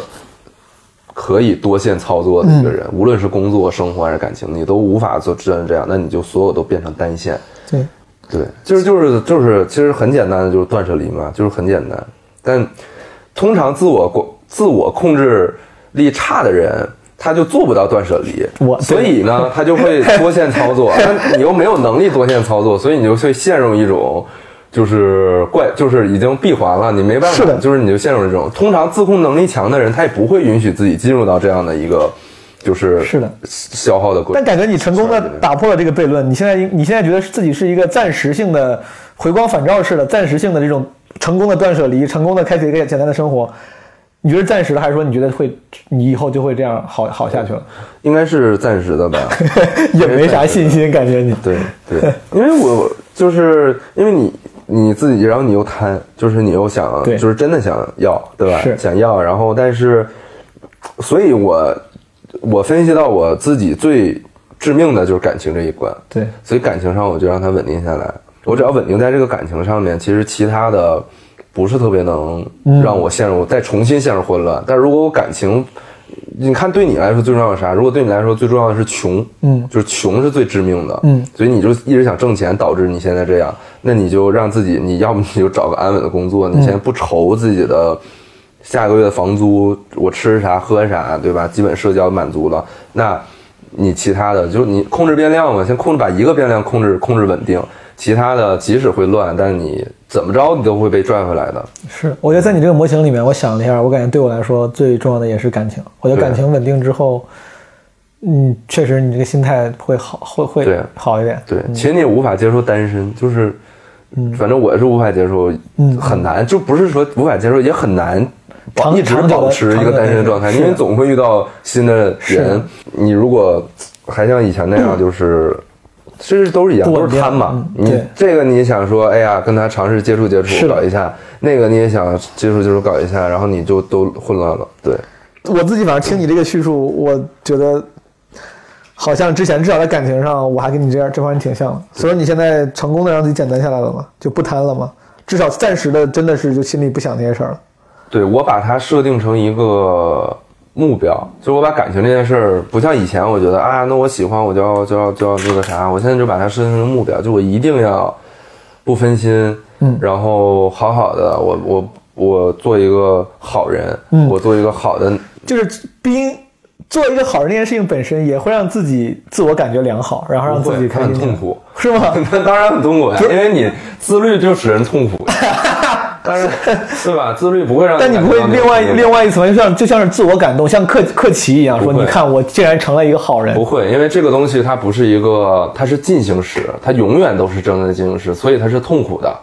S3: 可以多线操作的一个
S2: 嗯
S3: 人，无论是工作、生活还是感情，你都无法做这样这样，那你就所有都变成单线，
S2: 对，
S3: 对，就是就是就是，其实很简单的，就是断舍离嘛，就是很简单。但通常自我控自我控制力差的人，他就做不到断舍离，
S2: 我
S3: 所以呢，他就会多线操作。但你又没有能力多线操作，所以你就会陷入一种。就是怪，就是已经闭环了，你没办法，
S2: 是的
S3: 就是你就陷入这种。通常自控能力强的人，他也不会允许自己进入到这样的一个，就是
S2: 是的
S3: 消耗的过
S2: 但
S3: 程。
S2: 感觉你成功的打破了这个悖论，你现在你现在觉得自己是一个暂时性的回光返照式的暂时性的这种成功的断舍离，成功的开启一个简单的生活，你觉得暂时的，还是说你觉得会你以后就会这样好好下去了？
S3: 应该是暂时的吧。
S2: 也没啥信心，感觉你
S3: 对 对，因为我就是因为你你自己，然后你又贪，就是你又想，
S2: 对
S3: 就是真的想要，对吧？
S2: 是
S3: 想要，然后但是，所以我我分析到我自己最致命的就是感情这一关，
S2: 对
S3: 所以感情上我就让它稳定下来。我只要稳定在这个感情上面，其实其他的不是特别能
S2: 嗯
S3: 让我陷入、再重新陷入混乱。但如果我感情，你看对你来说最重要的是啥？如果对你来说最重要的是穷，
S2: 嗯
S3: 就是穷是最致命的，
S2: 嗯，
S3: 所以你就一直想挣钱，导致你现在这样，那你就让自己，你要么你就找个安稳的工
S2: 嗯
S3: 作，你先不愁自己的。下个月的房租，我吃啥喝啥，对吧？基本社交满足了，那你其他的就是你控制变量嘛，先控制把一个变量控制控制稳定，其他的即使会乱，但你怎么着你都会被拽回来的。
S2: 是，我觉得在你这个模型里面，我想了一下，我感觉对我来说最重要的也是感情。我觉得
S3: 对
S2: 感情稳定之后，嗯，确实你这个心态会好，会
S3: 对
S2: 会好一点。嗯
S3: 对，其实你也无法接受单身，就是，反正我是无法接受，
S2: 嗯
S3: 很难，就不是说无法接受，也很难保
S2: 长
S3: 一直
S2: 长久地
S3: 保持一个单身的状态，
S2: 长久地
S3: 因为
S2: 是
S3: 总会遇到新的
S2: 是
S3: 人
S2: 的。
S3: 你如果还像以前那样，就是。其实都是一样，
S2: 不
S3: 都
S2: 稳
S3: 是
S2: 定
S3: 贪嘛。
S2: 嗯
S3: 你
S2: 对
S3: 这个你想说，哎呀，跟他尝试接触接触，
S2: 是的
S3: 搞一下；那个你也想接触接触，搞一下，然后你就都混乱了。对，
S2: 我自己反正听你这个叙述，我觉得好像之前至少在感情上，我还跟你这样这方面挺像的。所以说你现在成功的让自己简单下来了吗？就不贪了吗？至少暂时的真的是就心里不想那些事儿了。
S3: 对我把它设定成一个目标，就是我把感情这件事儿，不像以前我觉得啊，那我喜欢我就要就要就要那个啥，我现在就把它设定成目标，就我一定要不分心，
S2: 嗯
S3: 然后好好的，我我我做一个好人，
S2: 嗯
S3: 我做一个好的，
S2: 就是 being 做一个好人这件事情本身也会让自己自我感觉良好，然后 让自己开心
S3: 不会很痛苦，
S2: 是吗？
S3: 那当然很痛苦呀，因为你自律就使人痛苦。 当然，对吧？自律不会让
S2: 但你不会
S3: 感觉到
S2: 另外
S3: 那种
S2: 另外一层，就像就像是自我感动，像克克奇一样说：“
S3: 不会
S2: 你看，我竟然成了一个好 人
S3: 不。会，因为这个东西它不是一个，它是进行时，它永远都是正在进行时，所以它是痛苦的，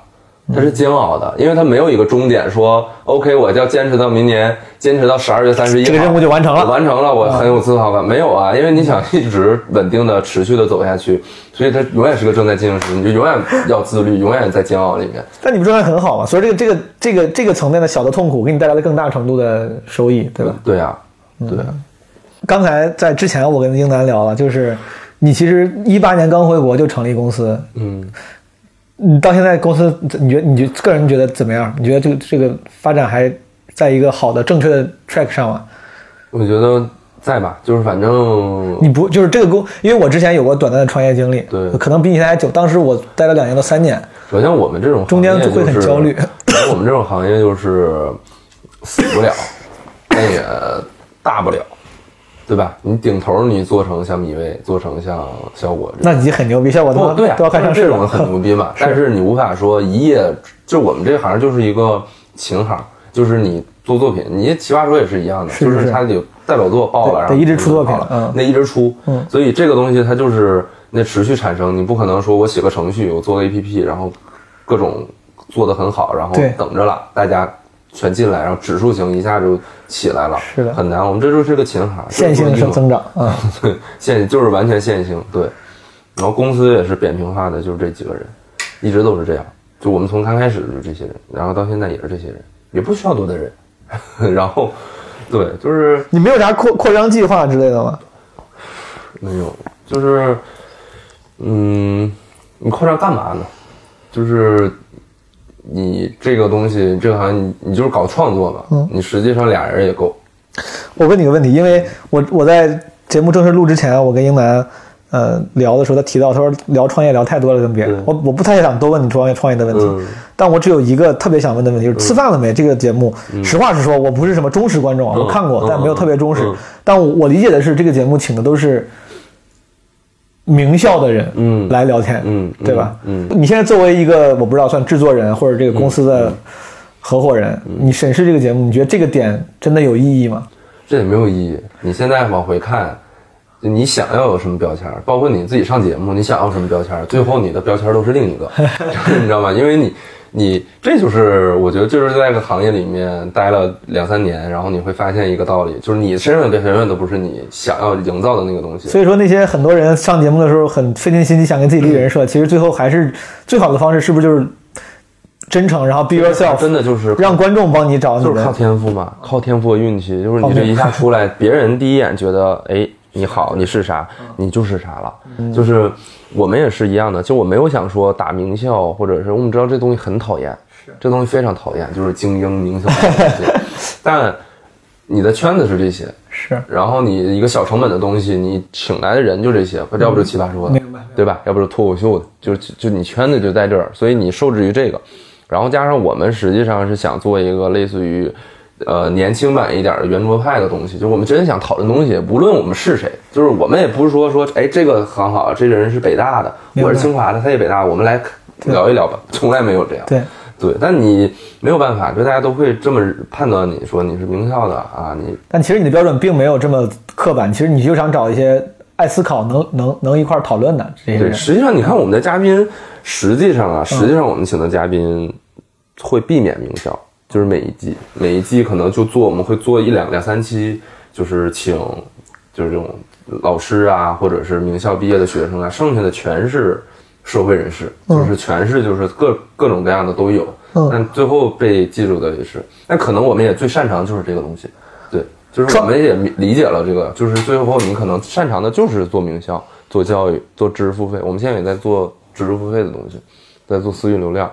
S3: 它是煎熬
S2: 嗯
S3: 的，因为它没有一个终点说，OK，我要坚持到明年，坚持到十二月三十一，
S2: 这个任务就完成了嗯
S3: 我完成了，我很有自豪感。没有啊，因为你想一直稳定的、持续的走下去，所以它永远是个正在进行时，你就永远要自 律，永远在煎熬里面。”
S2: 但你不状态很好嘛？所以这个这个这个这个层面的小的痛苦，给你带来了更大程度的收益，对吧？
S3: 对啊，对啊，
S2: 嗯刚才在之前我跟英楠聊了，就是你其实一八年刚回国就成立公司，
S3: 嗯，
S2: 你到现在公司，你觉得你觉个人觉得怎么样？你觉得这个这个发展还在一个好的正确的 track 上吗？
S3: 我觉得在吧，就是反正
S2: 你不就是这个公？因为我之前有过短暂的创业经历，
S3: 对
S2: 可能比你还久。当时我待了两年到三年，
S3: 首先，我们这种
S2: 中间
S3: 行业
S2: 就会很
S3: 是
S2: 焦虑
S3: 我们这种行业就是死不了，但也大不了，对吧？你顶头你做成像米未，做成像效果这种，
S2: 那已经很牛逼，像我他
S3: 不
S2: 妈
S3: 对啊，
S2: 都要干上
S3: 就是
S2: 市
S3: 这种
S2: 了。
S3: 很牛逼嘛。但是你无法说一夜，就我们这行就是一个琴行，就是你做作品，你奇葩说也是一样的，
S2: 是
S3: 就是是它有代表作爆了，
S2: 对
S3: 然
S2: 得
S3: 后
S2: 一直出作品
S3: 好了
S2: 嗯
S3: 那一直出
S2: 嗯，
S3: 所以这个东西它就是那持续产生，你不可能说我写个程序，我做个 APP，然后各种做得很好，然后
S2: 对
S3: 等着了大家。全进来，然后指数型一下就起来了，
S2: 是的
S3: 很难。我们这就是个琴行，
S2: 线性
S3: 生
S2: 生 增长啊、嗯
S3: 对，线就是完全线性，对。然后公司也是扁平化的，就是这几个人，一直都是这样。就我们从刚开始就是这些人，然后到现在也是这些人，也不需要多的人。 然后，对，就是
S2: 你没有啥扩扩张计划之类的吗？
S3: 没有，就是，嗯，你扩张干嘛呢？就是你这个东西，这个行业你你就是搞创作嘛，你实际上俩人也够。
S2: 我问你个问题，因为我我在节目正式录之前，我跟英楠呃聊的时候，他提到他说聊创业聊太多了，跟别人
S3: 嗯，
S2: 我我不太想多问你创业创业的问题，
S3: 嗯
S2: 但我只有一个特别想问的问题，就是吃饭了没？这个节目，实话实说，我不是什么忠实观众啊，
S3: 嗯
S2: 我看过
S3: 嗯，
S2: 但没有特别忠实，
S3: 嗯
S2: 但我我理解的是这个节目请的都是。名校的人，
S3: 嗯
S2: 来聊天，
S3: 嗯嗯
S2: 对吧？
S3: 嗯嗯
S2: 你现在作为一个我不知道算制作人或者这个公司的合伙人，你审视这个节目，你觉得这个点真的有意义吗？
S3: 这也没有意义。你现在往回看，你想要有什么标签儿，包括你自己上节目，你想要什么标签儿，最后你的标签儿都是另一个，你知道吗？因为你，你这就是我觉得就是在这个行业里面待了两三年，然后你会发现一个道理，就是你身上的标签永远都不是你想要营造的那个东西。
S2: 所以说，那些很多人上节目的时候很费尽心机想给自己立人
S3: 嗯
S2: 设，其实最后还是最好的方式，是不是就是真诚，然后 be
S3: 真
S2: yourself，
S3: 的就是
S2: 让观众帮你找你
S3: 就是靠
S2: 的。
S3: 天赋嘛，靠天赋和运气，就是你这一下出来，别人第一眼觉得，哎，你好，你是啥，你就是啥了。就是我们也是一样的，就我没有想说打名校，或者是我们知道这东西很讨厌，这东西非常讨厌，就是精英名校这种东西，但你的圈子是这些。
S2: 是，
S3: 然后你一个小成本的东西，你请来的人就这些，要不就奇葩
S2: 嗯
S3: 说的，对吧？要不就脱口秀的，就就就你圈子就在这儿，所以你受制于这个。然后加上我们实际上是想做一个类似于，呃，年轻版一点的圆桌派的东西，就是我们真的想讨论东西，无论我们是谁，就是我们也不是说说，哎，这个很好，这个人是北大的，
S2: 明白
S3: 我是清华的，他也北大，我们来聊一聊吧，从来没有这样。
S2: 对，
S3: 对，但你没有办法，就大家都会这么判断你说你是名校的啊，你
S2: 但其实你的标准并没有这么刻板，其实你就想找一些爱思考、能能能一块儿讨论的这些
S3: 对，
S2: 人。
S3: 实际上你看我们的嘉宾，实际上啊，实际上我们请的嘉宾会避免名校，就是每一季每一季可能就做我们会做一两两三期，就是请就是这种老师啊，或者是名校毕业的学生啊，剩下的全是社会人士，就是全是就是各各种各样的都有，
S2: 嗯
S3: 但最后被记住的也是，那可能我们也最擅长就是这个东西，对。就是我
S2: 创
S3: 们也理解了这个，就是最后你可能擅长的就是做名校、做教育、做知识付费。我们现在也在做知识付费的东西，在做私域流量，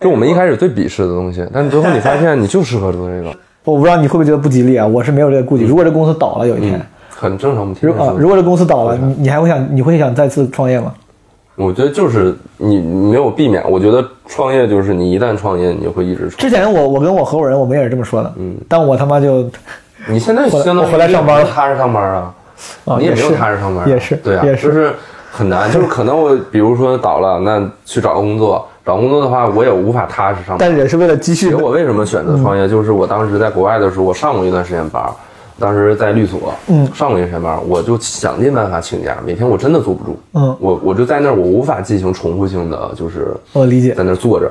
S3: 就我们一开始最鄙视的东西，但最后你发现你就适合做这 个，
S2: 我不知道你会不会觉得不吉利啊？我是没有这个顾忌。如果这公司倒了有一天
S3: 嗯，，很正常。我们天
S2: 如
S3: 天
S2: 啊
S3: 说，
S2: 如果这公司倒了，你你还会想你会想再次创业吗？
S3: 我觉得就是你没有避免，我觉得创业就是你一旦创业，你就会一直创。
S2: 之前我我跟我合伙人我们也是这么说的，嗯，但我他妈就
S3: 你现在相当于
S2: 我回来上班了
S3: 你也没有踏实上班啊，
S2: 啊，
S3: 你也
S2: 也
S3: 没有
S2: 是
S3: 踏实上班啊，
S2: 也是
S3: 对啊，
S2: 也是
S3: 就是很难，就是可能我比如说倒了，那去找工作，找工作的话，我也无法踏实上班。
S2: 但嗯也是为了积
S3: 其
S2: 蓄
S3: 实。我为什么选择创业，就是我当时在国外的时候，我上过一段时间班儿，当时在律所，
S2: 嗯
S3: 上过一段时间班儿，我就想尽办法请假，每天我真的坐不住，
S2: 嗯，
S3: 我我就在那儿，我无法进行重复性的，就是
S2: 我哦理解
S3: 在那儿坐着，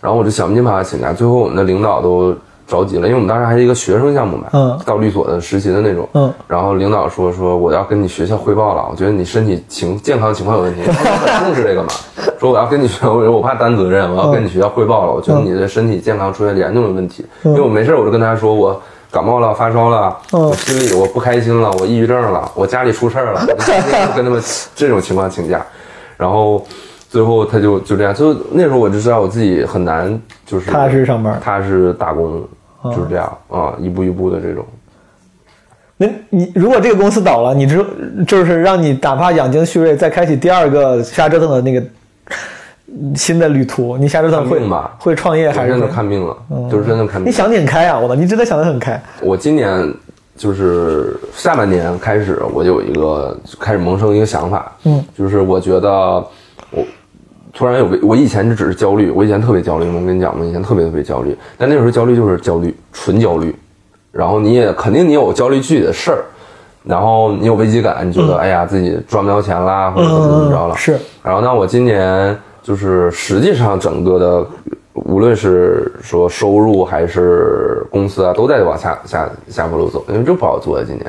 S3: 然后我就想尽办法请假，最后我们的领导都着急了，因为我们当时还是一个学生项目嘛，
S2: 嗯
S3: 到律所的实习的那种，
S2: 嗯，
S3: 然后领导说说我要跟你学校汇报了，我觉得你身体情健康情况有问题，他们很重视这个嘛，说我要跟你学校，我怕担责任，我
S2: 嗯
S3: 要跟你学校汇报了，我觉得你的身体健康出现严重的问题，因为我没事我就跟他说我。感冒了，发烧了，
S2: 嗯
S3: 我心里我不开心了，我抑郁症了，我家里出事儿了，我就天天跟他们 这种情况请假，然后最后他就就这样，就那时候我就知道我自己很难，就是
S2: 踏实上班嗯
S3: 踏实打工，就是这样啊、一步一步的这种。
S2: 那你如果这个公司倒了，你之就是让你哪怕养精蓄锐，再开启第二个瞎折腾的那个嗯新的旅途，你瞎折腾会
S3: 看病吧
S2: 会创业
S3: 我
S2: 还
S3: 真
S2: 是嗯
S3: 的？看病了，就是真的看
S2: 你
S3: 病。
S2: 想得很开啊，我操，你真的想得很开。
S3: 我今年就是下半年开始，我就有一个开始萌生一个想法，
S2: 嗯，
S3: 就是我觉得我突然有个，我以前就只是焦虑，我以前特别焦虑，我跟你讲，我以前特别特别焦虑，但那时候焦虑就是焦虑，纯焦虑，然后你也肯定你有焦虑自己的事儿。然后你有危机感，你觉得、哎呀自己赚不着钱啦，或者怎么怎么着了，
S2: 嗯是
S3: 然后呢，我今年就是实际上整个的，无论是说收入还是公司啊，都在往下下下坡路走，因为这不好做呀、今年。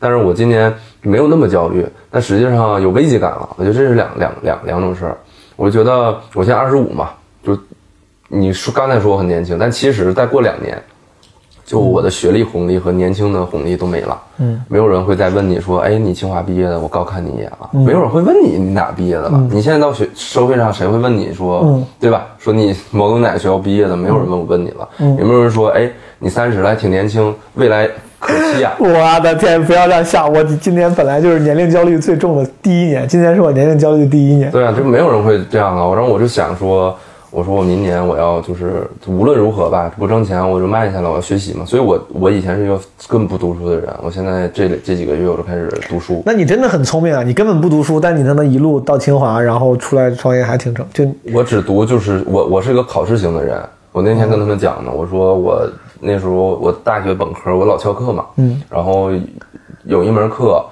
S3: 但是我今年没有那么焦虑，但实际上有危机感了。我觉得这是两两两两种事儿。我觉得我现在二十五嘛，就你说刚才说我很年轻，但其实再过两年，就我的学历红利和年轻的红利都没了。
S2: 嗯，
S3: 没有人会再问你说，哎，你清华毕业的，我高看你一眼
S2: 嗯
S3: 了。没有人会问你你哪毕业的了。你现在到学社会上，谁会问你说，
S2: 嗯。
S3: 对吧？说你某某哪个学校毕业的，没有人问我问你了。也没有人说，哎，你三十了还挺年轻，未来可期啊
S2: 我的天，不要这样吓我！今年本来就是年龄焦虑最重的第一年，今年是我年龄焦虑的第一年。
S3: 对啊，就没有人会这样啊。然后我就想说，我说我明年我要就是无论如何吧，不挣钱我就慢下来，我要学习嘛。所以我我以前是一个根本不读书的人，我现在这这几个月我就开始读书。
S2: 那你真的很聪明啊！你根本不读书，但你能能一路到清华，然后出来创业还挺成。就
S3: 我只读就是我我是一个考试型的人。我那天跟他们讲呢，我说我那时候我大学本科我老翘课嘛，嗯，然后有一门课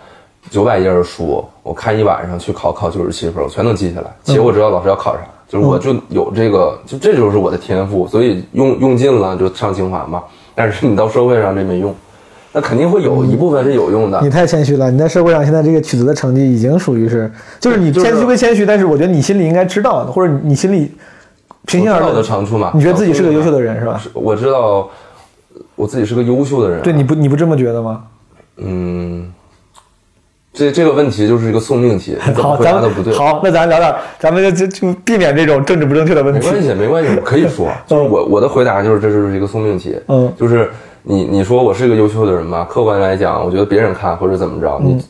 S3: 九百页的书，我看一晚上去考考九十七分，我全能记下来。
S2: 嗯
S3: 其实我知道老师要考啥，就是我就有这个，就这就是我的天赋，所以用用尽了就上清华嘛。但是你到社会上这没用，那肯定会有一部分是有用的
S2: 嗯你。太谦虚了，你在社会上现在这个取得的成绩已经属于是，就是你
S3: 就是
S2: 谦虚归谦虚，但是我觉得你心里应该知道，或者你心里平
S3: 我
S2: 心
S3: 知
S2: 而
S3: 道我的
S2: 论，
S3: 长处嘛？
S2: 你觉得自己是个优秀的
S3: 人，
S2: 人是吧？
S3: 我知道我自己是个优秀的人啊。
S2: 对，你不你不这么觉得吗？
S3: 嗯，这这个问题就是一个送命题，你怎么
S2: 好，
S3: 回
S2: 咱
S3: 答
S2: 们
S3: 都不对。
S2: 好，那咱聊点，咱们就就就避免这种政治不正确的问
S3: 没
S2: 题。
S3: 关系，没关系，我可以说，就是我我的回答就是这就是一个送命题，
S2: 嗯
S3: 就是你你说我是一个优秀的人吧，客观来讲，我觉得别人看或者怎么着，你、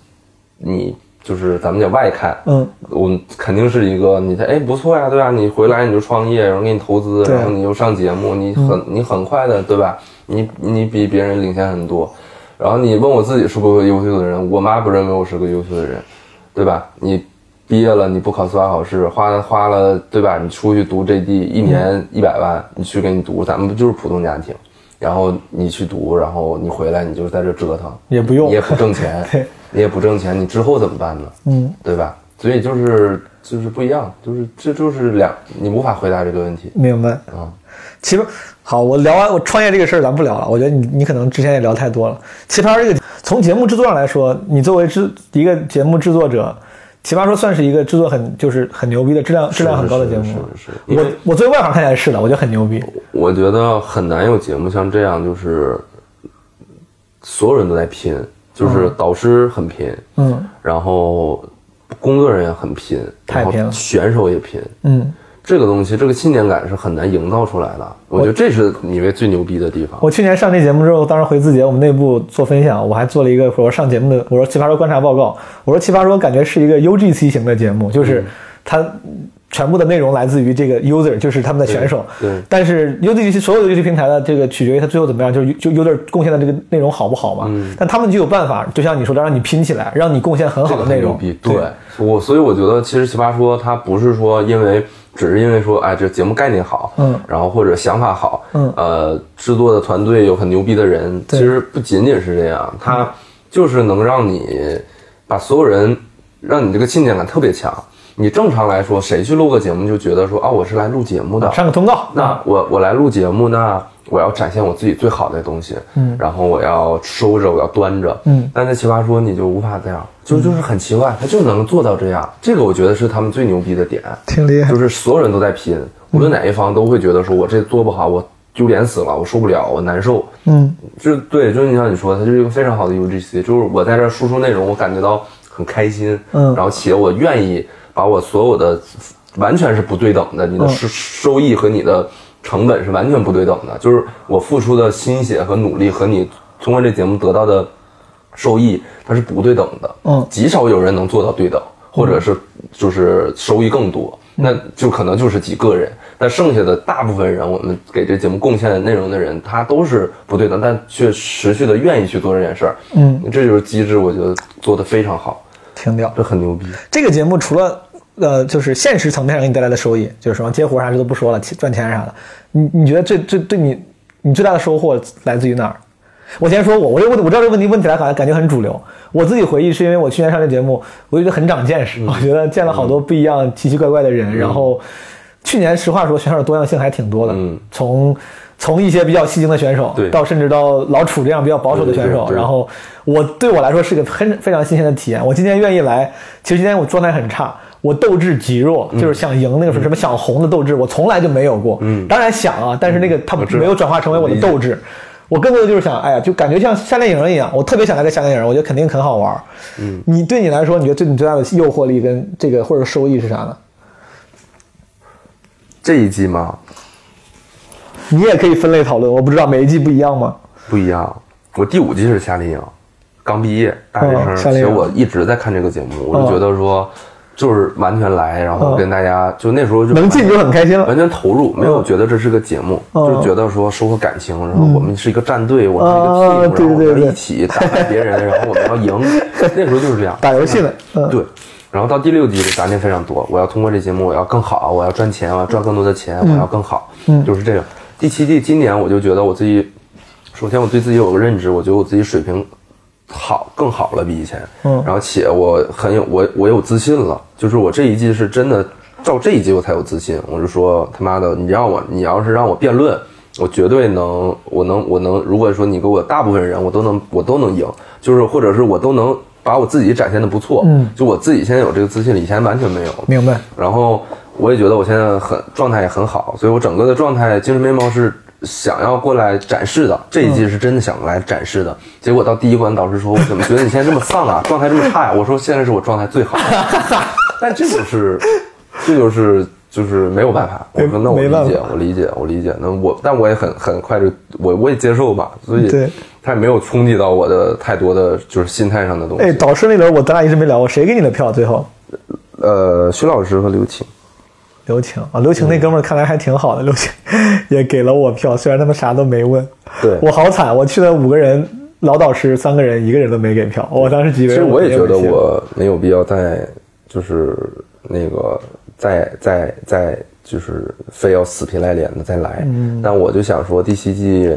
S3: 你就是咱们讲外看，
S2: 嗯，
S3: 我们肯定是一个你的哎不错呀，对吧？你回来你就创业，然后给你投资，
S2: 对
S3: 然后你又上节目，你很、你很快的，对吧？你你比别人领先很多，然后你问我自己是不是个优秀的人，我妈不认为我是个优秀的人，对吧？你毕业了，你不考司法考试，花 嗯花了，对吧？你出去读 JD 一年一百万，你去给你读，咱们不就是普通家庭？然后你去读，然后你回来，你就是在这折腾，
S2: 也不用
S3: 你也不挣钱
S2: 对，
S3: 你也不挣钱，你之后怎么办呢？
S2: 嗯，
S3: 对吧？所以就是就是不一样，就是这就是两，你无法回答这个问题
S2: 明白。
S3: 啊、
S2: 奇葩，好，我聊完我创业这个事儿，咱不聊了。我觉得你你可能之前也聊太多了。奇葩这个从节目制作上来说，你作为制一个节目制作者，奇葩说算是一个制作很就是很牛逼的质量质量很高的节目
S3: 是
S2: 吗。
S3: 是是是因为
S2: 我我作为外行看起来是的，我觉得很牛逼。
S3: 我觉得很难有节目像这样，就是所有人都在拼，就是导师很拼，
S2: 嗯
S3: 然后工作人员很拼，
S2: 太拼了
S3: 然后选手也拼。
S2: 嗯，
S3: 这个东西，这个信念感是很难营造出来的。我觉得这是你为最牛逼的地方。
S2: 我去年上这节目之后，当时回字节我们内部做分享，我还做了一个我说上节目的
S3: 嗯
S2: 我说奇葩说观察报告，我说奇葩说感觉是一个 UGC 型的节目，就是它全部的内容来自于这个 user，就是他们的选手。
S3: 对对
S2: 但是 UGC 所有的游戏平台的这个取决于它最后怎么样，就是就 user 贡献的这个内容好不好嘛。
S3: 嗯
S2: 但他们就有办法，就像你说的，让你拼起来，让你贡献很
S3: 这
S2: 好
S3: 个
S2: 的
S3: 很
S2: 内
S3: 牛
S2: 容。
S3: 逼。对我，所以我觉得其实奇葩说它不是说因为只是因为说哎这节目概念好，
S2: 嗯
S3: 然后或者想法好，
S2: 嗯
S3: 呃，制作的团队有很牛逼的人，其
S2: 对
S3: 实不仅仅是这样，它就是能让你把所有人让你这个亲切感特别强。你正常来说，谁去录个节目就觉得说啊，我是来录节目的，
S2: 上个通告，
S3: 那我我来录节目，那我要展现我自己最好的东西，嗯，然后我要收着，我要端着，
S2: 嗯
S3: 但在奇葩说你就无法这样，就就是很奇怪，他就能做到这样，这个我觉得是他们最牛逼的点，
S2: 挺厉害
S3: 就。是所有人都在拼，无
S2: 嗯
S3: 论哪一方都会觉得说我这做不好，我丢脸死了，我受不了，我难受，
S2: 嗯，
S3: 就是对，就是你像你说，它是一个非常好的 UGC，就是我在这儿输出内容，我感觉到很开心，
S2: 嗯
S3: 然后且我愿意把我所有的完全是不对等的，你
S2: 嗯
S3: 的收收益和你的成本是完全不对等的，就是我付出的心血和努力和你通过这节目得到的收益，它是不对等的，
S2: 嗯
S3: 极少有人能做到对等，或者是就是收益更多。那就可能就是几个人，但剩下的大部分人，我们给这节目贡献的内容的人，他都是不对等，但却持续的愿意去做这件事儿。
S2: 嗯，
S3: 这就是机制，我觉得做的非常好，
S2: 挺屌。
S3: 这很牛逼。
S2: 这个节目除了呃，就是现实层面上给你带来的收益，就是什么接活啥这都不说了，赚钱啥的，你你觉得最最对你你最大的收获来自于哪儿？我先说我，我这个问我知道这个问题问起来好像感觉很主流。我自己回忆是因为我去年上这节目，我就觉得很长见
S3: 嗯
S2: 识，我觉得见了好多不一样、奇奇怪怪的人。然后去年实话说，选手多样性还挺多的，
S3: 嗯
S2: 从从一些比较戏精的选手
S3: 对，
S2: 到甚至到老楚这样比较保守的选
S3: 对对
S2: 手，
S3: 对对
S2: 然后。我对我来说是个很非常新鲜的体验。我今天愿意来，其实今天我状态很差，我斗志极弱，就是想赢那个什么什么想红的斗志，我从来就没有过。
S3: 嗯
S2: 当然想啊，但是那个它
S3: 知道
S2: 没有转化成为我的斗志。我更多的就是想，哎呀，就感觉像夏令营一样，我特别想来个夏令营，我觉得肯定很好玩。嗯，你对你来说，你觉得对你最大的诱惑力跟这个或者收益是啥呢？
S3: 这一季嘛
S2: 你也可以分类讨论，我不知道每一季不一样吗？
S3: 不一样，我第五季是夏令营，刚毕业大学生，
S2: 嗯夏
S3: 其实
S2: 令营哦
S3: 我一直在看这个节目，我就觉得说就是完全来，然后
S2: 嗯
S3: 跟大家就那时候就
S2: 能进就很开心了哦
S3: 完。全投入，没有觉得这是个节目，
S2: 嗯
S3: 就是觉得说收获感情，然后我们是一个战队，我
S2: 啊
S3: 们是一个 team，、
S2: 嗯
S3: 然
S2: 对
S3: 后我
S2: 对
S3: 们要
S2: 对
S3: 一起打败别 人，然后我们要赢。那时候就是这样，
S2: 打游戏呢，嗯，
S3: 对。然后到第六季的杂念非常多，我要通过这节目，我要更好，我要赚钱，我要赚更多的钱，我要
S2: 嗯
S3: 更好，就是这样。第七季今年我就觉得我自己，首先我对自己有个认知，我觉得我自己水平好更好了，比以前。
S2: 嗯
S3: 然后且我很有我我有自信了，就是我这一季是真的照这一季我才有自信。我就说他妈的，你让我你要是让我辩论，我绝对能，我能我能，如果说你给我大部分人我都能我都能赢，就是或者是我都能把我自己展现的不错。
S2: 嗯
S3: 就我自己现在有这个自信了，以前完全没有。
S2: 明白。
S3: 然后我也觉得我现在很状态也很好，所以我整个的状态精神面貌是想要过来展示的。这一季是真的想来展示的，结果到第一关导师说：“我怎么觉得你现在这么丧啊，状态这么差呀、我说：“现在是我状态最好的。”但这就是， 这就是。就是没有办法，我
S2: 没
S3: 说那我理
S2: 没办法
S3: 解，我理解，我理解。那我，但我也很很快就我我也接受吧，所以
S2: 对
S3: 他也没有冲击到我的太多的就是心态上的东西。
S2: 哎，导师那轮我咱俩一直没聊过，谁给你的票？最后
S3: 呃，徐老师和刘晴，
S2: 刘晴啊，刘
S3: 嗯
S2: 晴那哥们儿看来还挺好的，刘晴 也给了我票，虽然他们啥都没问。
S3: 对
S2: 我好惨，我去了五个人，老导师三个人，一个人都没给票。我当时以
S3: 其
S2: 为
S3: 实我也觉
S2: 没
S3: 得
S2: 有戏了
S3: 我没有必要再就是那个再再再就是非要死皮赖脸的再来。
S2: 嗯
S3: 但我就想说第七季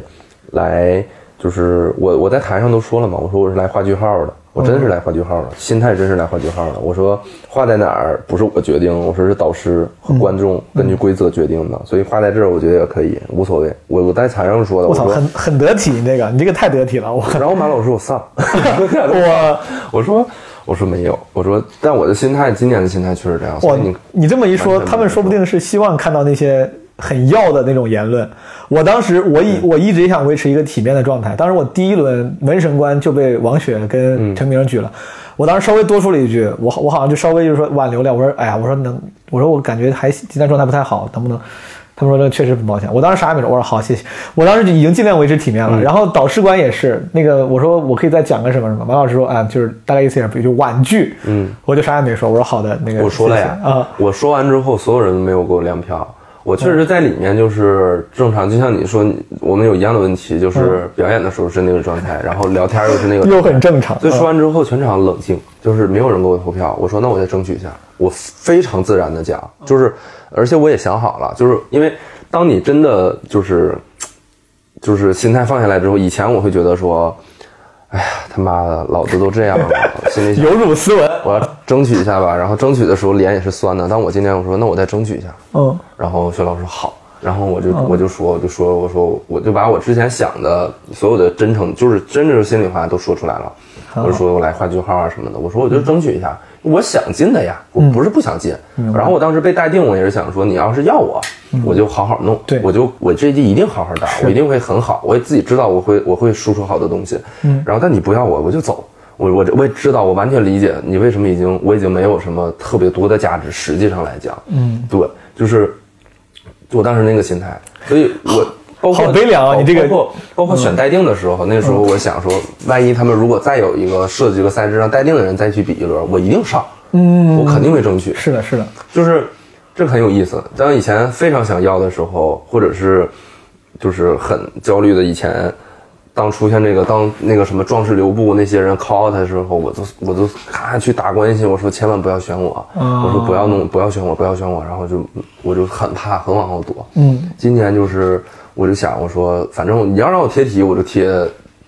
S3: 来就是我我在台上都说了嘛，我说我是来画句号
S2: 嗯
S3: 的。我真是来画句号的，心态真是来画句号的。我说画在哪儿不是我决定，我说是导师和观
S2: 嗯
S3: 众根据规则决定的，所以画在这儿我觉得也可以，无所谓。我我在台上说的，
S2: 我
S3: 我
S2: 操，
S3: 说
S2: 很很得体，你这个你这个太得体了，我
S3: 然后马老师我丧，
S2: 我
S3: 我说我说没有，我说但我的心态今年的心态确实这样，
S2: 哇
S3: 所以你，
S2: 你这么一
S3: 完
S2: 说，
S3: 全
S2: 他们说不定是希望看到那些很要的那种言论。我当时我
S3: 嗯
S2: 一我一直想维持一个体面的状态，当时我第一轮门神官就被王雪
S3: 嗯
S2: 跟陈明举了，我当时稍微多说了一句，我好我好像就稍微就是说挽留了，我说哎呀，我说能，我说我感觉还今天状态不太好，能不能？他们说这确实不抱歉。我当时啥也没说，我说好谢谢。我当时就已经尽量维持体面
S3: 嗯
S2: 了。然后导师官也是那个，我说我可以再讲个什么什么。马老师说啊、就是大概意思也不就婉拒。嗯，我就啥也没说。我说好的，那个
S3: 我说了呀
S2: 谢谢啊、嗯
S3: 我说完之后，所有人都没有给我亮票。我确实在里面就是正常，就像你说，我们有一样的问题，就是表演的时候是那个状态，然后聊天又是那个状态，
S2: 嗯又很正常啊
S3: 所以说完之后，全场冷静，就是没有人给我投票。我说那我再争取一下，我非常自然的讲，就是，而且我也想好了，就是因为当你真的就是就是心态放下来之后，以前我会觉得说，哎呀他妈的，老子都这样了，心里想
S2: 有辱斯文。
S3: 我要争取一下吧。然后争取的时候脸也是酸的，但我今天我说那我再争取一下。
S2: 嗯
S3: 然后薛老师说好，然后我就我就说我就说我说我就把我之前想的所有的真诚，就是真的是心里话都说出来了。我就说我来画句号啊什么的，我说我就争取一下，我想进的呀，我不是不想进。然后我当时被待定，我也是想说，你要是要我，我就好好弄，
S2: 对
S3: 我就我这一季一定好好打，我一定会很好，我也自己知道我会我会输出好的东西。然后但你不要我，我就走。我我我也知道，我完全理解你为什么已经我已经没有什么特别多的价值，实际上来讲，嗯，对，就是我当时那个心态，所以 我包括
S2: 好悲凉啊你这个
S3: 包括包括选待定的时候，那时候我想说，万一他们如果再有一个设计一个赛制，让待定的人再去比一轮，我一定上，嗯，我肯定会争取，
S2: 是的，是的，
S3: 就是这很有意思。当以前非常想要的时候，或者是就是很焦虑的以前，当出现这个当那个什么壮士留步那些人 call out 的时候，我都我都咔去打关系，我说千万不要选我，我说不要弄不要选我不要选我，然后就我就很怕很往后躲。
S2: 嗯，
S3: 今年就是我就想我说，反正你要让我贴题，我就贴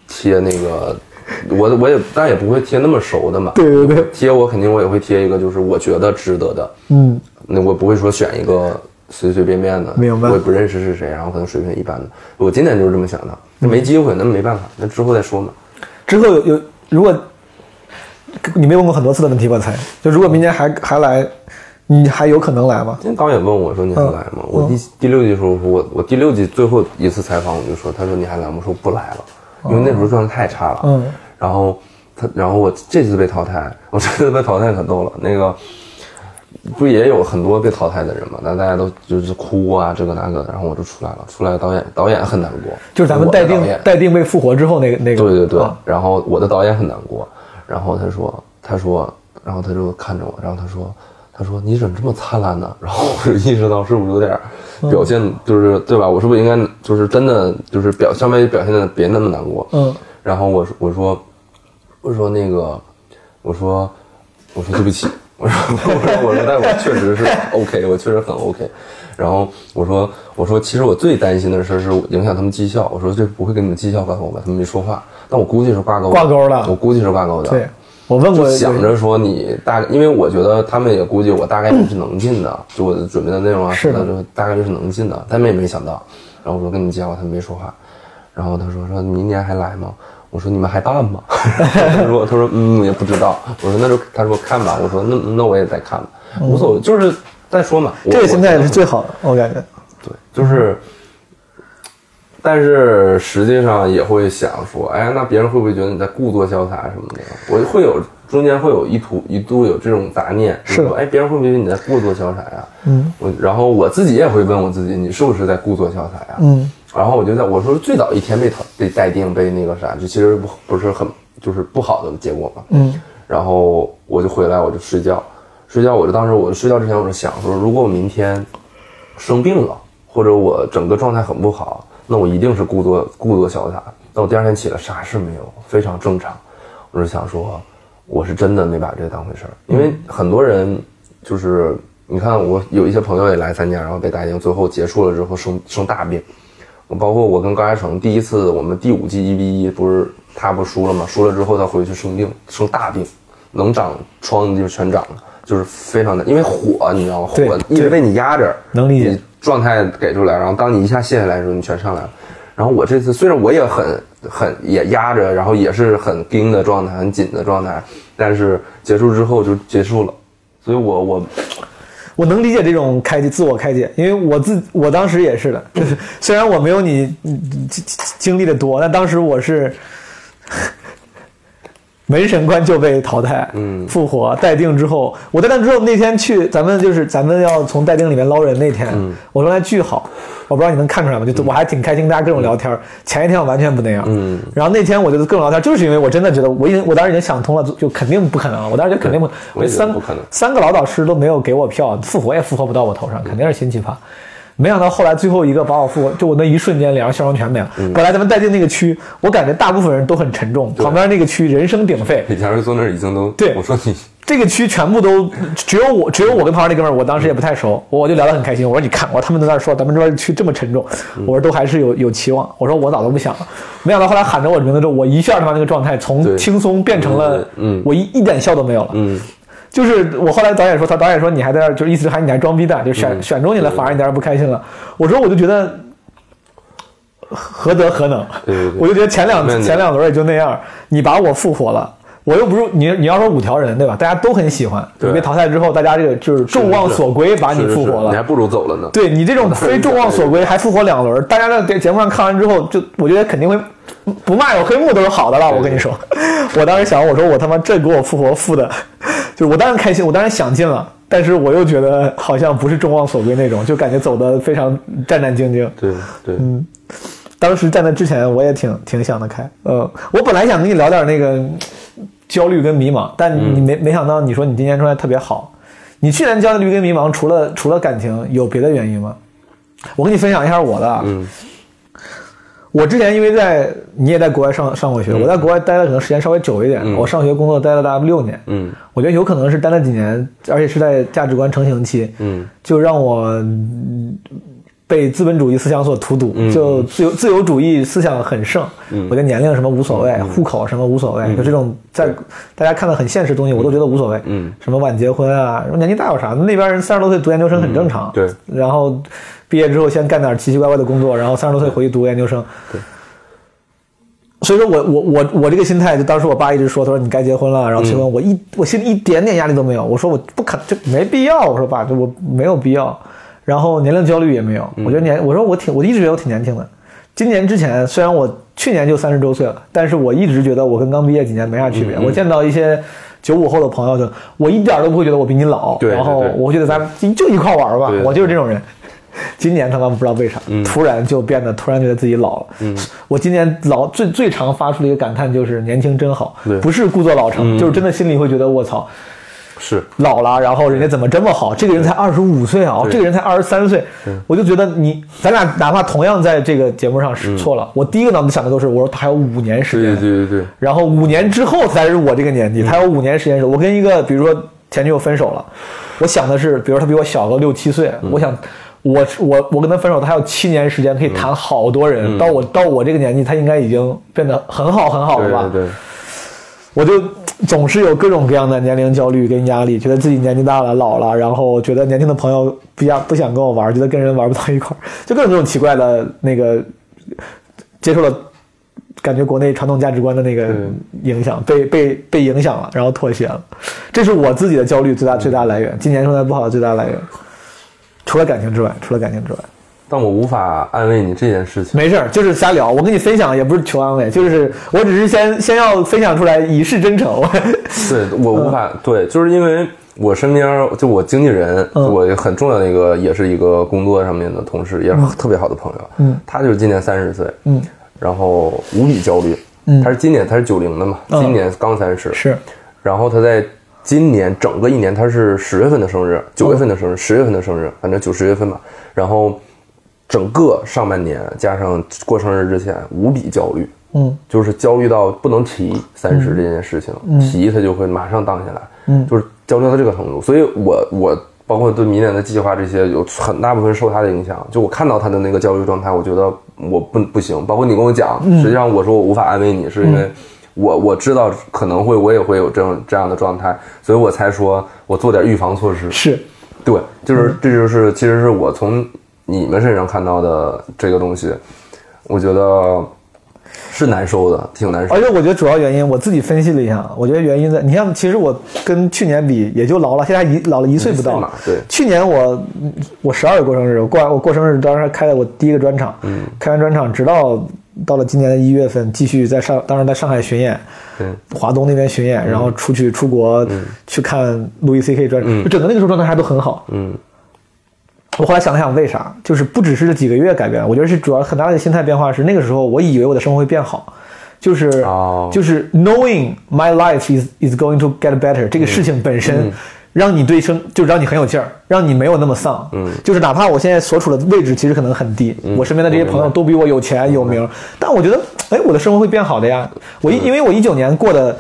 S3: 贴那个。 我我也但也不会贴那么熟的嘛，
S2: 对对对，
S3: 贴我肯定我也会贴一个，就是我觉得值得的，
S2: 嗯，
S3: 那我不会说选一个随随便便的，
S2: 明白
S3: 我也不认识是谁，然后可能水平一般的。我今年就是这么想的，那没机会，那没办法，那之后再说嘛。
S2: 之后有有，如果你没问过很多次的问题吧？我猜，就如果明年还
S3: 嗯
S2: 还来，你还有可能来吗？
S3: 今天导演问我说
S2: 嗯
S3: 你还来吗？我第第六季的时候，我说我我第六季最后一次采访我就说，他说你还来吗？我说不来了，因为那时候状态太差了。
S2: 哦嗯，
S3: 然后他，然后我这次被淘汰，我这次被淘汰可逗了，那个。不也有很多被淘汰的人嘛？那大家都就是哭啊，这个那个的，然后我就出来了。出来导演导演很难过，
S2: 就是咱们
S3: 我的
S2: 待
S3: 导
S2: 定
S3: 演
S2: 待定被复活之后那个那个，
S3: 对对对
S2: 啊，
S3: 然后我的导演很难过，然后他说，他说，然后他就看着我，然后他说，他说你怎么这么灿烂呢？然 后我就意识到是不是有点儿表现，就是对吧？我是不是应该就是真的就是表相当于表现的别那么难过？
S2: 嗯，
S3: 然后我说我说我说那个我说我说对不起，我说我说我说，但我确实是 OK，我确实很 OK。然后我说我说，其实我最担心的事儿是影响他们绩效。我说这不会跟你们绩效挂钩吧？他们没说话，但我估计是挂钩的
S2: 挂钩的
S3: 我估计是挂钩的。
S2: 对，我问过
S3: 就想着说你大概，因为我觉得他们也估计我大概率是能进的，就我准备的内容啊
S2: 是
S3: 什
S2: 的
S3: 么的，就大概率是能进的。他们也没想到，然后我说跟你介绍，他们没说话。然后他说说明年还来吗？我说你们还办吗？ 他说他说嗯也不知道。我说那就他说看吧。我说那那我也再看吧，无所谓，就是再说嘛。我
S2: 这个
S3: 我
S2: 心
S3: 觉
S2: 态
S3: 得
S2: 是最好的，我感觉。
S3: 对，就是，但是实际上也会想说，哎，那别人会不会觉得你在故作潇洒什么的？我会有中间会有一途一度有这种杂念，就是
S2: 的
S3: 说，哎，别人会不会觉得你在故作潇洒呀？
S2: 嗯，
S3: 我然后我自己也会问我自己，你是不是在故作潇洒呀？
S2: 嗯，
S3: 然后我就在我说最早一天被淘被待定被那个啥，就其实不不是很就是不好的结果嘛。
S2: 嗯，
S3: 然后我就回来我就睡觉，睡觉我就当时我睡觉之前我就想说，如果我明天生病了，或者我整个状态很不好，那我一定是故作故作潇洒。那我第二天起来啥事没有，非常正常。我是想说，我是真的没把这当回事儿，因为很多人就是你看，我有一些朋友也来参加，然后被打赢，最后结束了之后生生大病。我包括我跟高嘉诚第一次我们第五季一比一，不是他不输了吗？输了之后他回去生病，生大病，能长疮就全长了，就是非常的，因为火你知道吗？
S2: 对
S3: 火一直被你压着，
S2: 能理解
S3: 你状态给出来，然后当你一下卸下来的时候，你全上来了。然后我这次虽然我也很很也压着，然后也是很盯的状态，很紧的状态，但是结束之后就结束了。所以我我
S2: 我能理解这种开解，自我开解，因为我自我当时也 是的，就是虽然我没有你嗯经经历的多，但当时我是。 门神官就被淘汰，
S3: 嗯
S2: 复活待定之后，我待定之后那天去，咱们就是咱们要从待定里面捞人那天，
S3: 嗯
S2: 我状态巨好，我不知道你能看出来吗？就我还挺开心，大家各种聊天儿。前一天我完全不那样，
S3: 嗯，
S2: 然后那天我就各种聊天，就是因为我真的觉得我已经我当时已经想通了，就就肯定不可能，我当时就肯定不，
S3: 我也觉得
S2: 三
S3: 不可能
S2: 三个老导师都没有给我票，复活也复活不到我头上，肯定是新奇葩。没想到后来最后一个把我复活，就我那一瞬间脸上笑容全没了。
S3: 嗯
S2: 本来咱们待进那个区，我感觉大部分人都很沉重，旁边那个区人声鼎沸，
S3: 李佳瑞坐那儿已经都，
S2: 对
S3: 我说你
S2: 这个区全部都只有我，只有我跟旁边那哥们儿，我当时也不太熟，我就聊得很开心。我说你看，我说他们都在那儿说咱们这边区这么沉重，
S3: 嗯
S2: 我说都还是有有期望。我说我早都不想了，没想到后来喊着我名字之后，我一下他妈那个状态从
S3: 对
S2: 轻松变成了，
S3: 嗯嗯
S2: 我一一点笑都没有了，
S3: 嗯，
S2: 就是我后来导演说，他导演说你还在那儿，就是意思是喊你还装逼蛋，就选、
S3: 嗯
S2: 选中你了，反而你在那儿不开心了。我说我就觉得何德何能，
S3: 对对对
S2: 我就觉得前两
S3: 那你
S2: 前两轮也就那样，你把我复活了。我又不是你，你要说五条人对吧？大家都很喜欢，
S3: 对
S2: 你被淘汰之后，大家这个就是众望所归，把你
S3: 是是
S2: 复活
S3: 是
S2: 了。
S3: 你还不如走了呢。
S2: 对你这种非众望所归还复活两轮，大家在节目上看完之后，就我觉得肯定会不骂有黑幕都是好的了。我跟你说， 我当时想，我说我他妈这给我复活复的，就是我当然开心，我当然想进了，但是我又觉得好像不是众望所归那种，就感觉走的非常战战兢兢。
S3: 对对，
S2: 嗯当时站在之前，我也挺挺想得开。呃，我本来想跟你聊点那个嗯焦虑跟迷茫，但你没、没想到你说你今年状态特别好。你去年焦虑跟迷茫，除了除了感情，有别的原因吗？我跟你分享一下我的啊。
S3: 嗯
S2: 我之前因为在你也在国外上上过学，
S3: 嗯
S2: 我在国外待的可能时间稍微久一点。我上学工作待了大概六年，
S3: 嗯
S2: 我觉得有可能是待了几年，而且是在价值观成型期，
S3: 嗯，
S2: 就让我嗯被资本主义思想所荼
S3: 嗯
S2: 毒，就自由自由主义思想很盛，我觉得年龄什么无所谓，
S3: 嗯
S2: 户口什么无所谓，就这种在大家看的很现实的东西，我都觉得无所谓，
S3: 嗯，
S2: 什么晚结婚啊，什么年纪大有啥？那边人三十多岁读研究生很正常，
S3: 嗯对
S2: 然后毕业之后先干点奇奇怪怪的工作，然后三十多岁回去读研究生，对。所以说我我我我这个心态，就当时我爸一直说，他说你该结婚了，然后
S3: 嗯
S2: 催婚，我一我心里一点点压力都没有。我说我不可这没必要，我说爸，这我没有必要。然后年龄焦虑也没有，
S3: 嗯
S2: 我觉得年，我说我挺，我一直觉得我挺年轻的。今年之前，虽然我去年就三十周岁了，但是我一直觉得我跟刚毕业几年没啥区
S3: 嗯
S2: 别。我见到一些九五后的朋友，就我一点都不会觉得我比你老，
S3: 对对
S2: 然后
S3: 对
S2: 我会觉得咱们就一块玩吧
S3: 对，嗯
S2: 我就是这种人。今年他妈不知道为啥，突然就变得突然觉得自己老了。我今年老最最常发出的一个感叹就是年轻真好
S3: 对，嗯
S2: 不是故作老成，就是真的心里会觉得我操
S3: 是
S2: 老了，然后人家怎么这么好？这个人才二十五岁啊，这个人才二十三岁，我就觉得你咱俩哪怕同样在这个节目上是错了，我第一个脑子想的都是我说他还有五年时间
S3: 嗯对
S2: 呢，
S3: 对对对，
S2: 然后五年之后才是我这个年纪，他有五年时间是，我跟一个比如说前女友分手了，我想的是，比如说他比我小个六七岁，我想我我我跟他分手，他还有七年时间可以谈好多人，到我到我这个年纪，他应该已经变得很好很好
S3: 对
S2: 了吧？
S3: 对对，
S2: 我就总是有各种各样的年龄焦虑跟压力，觉得自己年纪大了、老了，然后觉得年轻的朋友不想不想跟我玩，觉得跟人玩不到一块儿，就各种这种奇怪的那个 接受了。感觉国内传统价值观的那个影响被被被影响了，然后妥协了，这是我自己的焦虑最大最大来源。今年状态不好的最大来源，除了感情之外，除了感情之外，
S3: 但我无法安慰你这件事情。
S2: 没事儿，就是瞎聊。我跟你分享也不是求安慰，就是我只是先先要分享出来以示真诚。
S3: 对我无法、对，就是因为我身边儿就我经纪人，
S2: 嗯
S3: 我很重要的一个也是一个工作上面的同事，也是特别好的朋友。
S2: 嗯，
S3: 他就是今年三十岁，
S2: 嗯，
S3: 然后无比焦虑。
S2: 嗯
S3: 他是今年他是九零的嘛，
S2: 嗯
S3: 今年刚三十、
S2: 是，
S3: 然后他在今年整个一年，他是十月份的生日，九月份的生日，十、月份的生日，反正九十月份吧。然后整个上半年加上过生日之前，无比焦虑，
S2: 嗯
S3: 就是焦虑到不能提三十这件事情，
S2: 嗯
S3: 提他就会马上荡下来，
S2: 嗯
S3: 就是焦虑到这个程度。所以我我包括对明年的计划这些，有很大部分受他的影响。就我看到他的那个焦虑状态，我觉得我不不行。包括你跟我讲，
S2: 嗯
S3: 实际上我说我无法安慰你，是因为我我知道可能会我也会有这种这样的状态，所以我才说我做点预防措施。
S2: 是，
S3: 对，
S2: 嗯
S3: 就是这就是其实是我从你们身上看到的这个东西，我觉得是难受的，挺难受
S2: 而。且我觉得主要原因我自己分析了一下，我觉得原因在你像，其实我跟去年比也就老了，现在一老了一岁不
S3: 一岁
S2: 到
S3: 嘛。对
S2: 去年我
S3: 嗯
S2: 我十二月过生日，我过完我过生日当时开了我第一个专场，开完专场直到到了今年的一月份，继续在上，当然在上海巡演，
S3: 对，
S2: 华东那边巡
S3: 嗯
S2: 演，然后出去出国去看路易 C K 专场，就整个那个时候状态还都很好。
S3: 嗯，
S2: 我后来想了想，为啥？就是不只是这几个月改变，我觉得是主要很大的心态变化是那个时候我以为我的生活会变好，就是、
S3: 哦
S2: 就是 knowing my life is is going to get better
S3: 嗯
S2: 这个事情本身。让你对生就让你很有劲儿，让你没有那么丧。嗯，就是哪怕我现在所处的位置其实可能很低，
S3: 嗯
S2: 我身边的这些朋友都比我有钱有名，但我觉得，哎，我的生活会变好的呀。我
S3: 嗯
S2: 一因为我一九年过得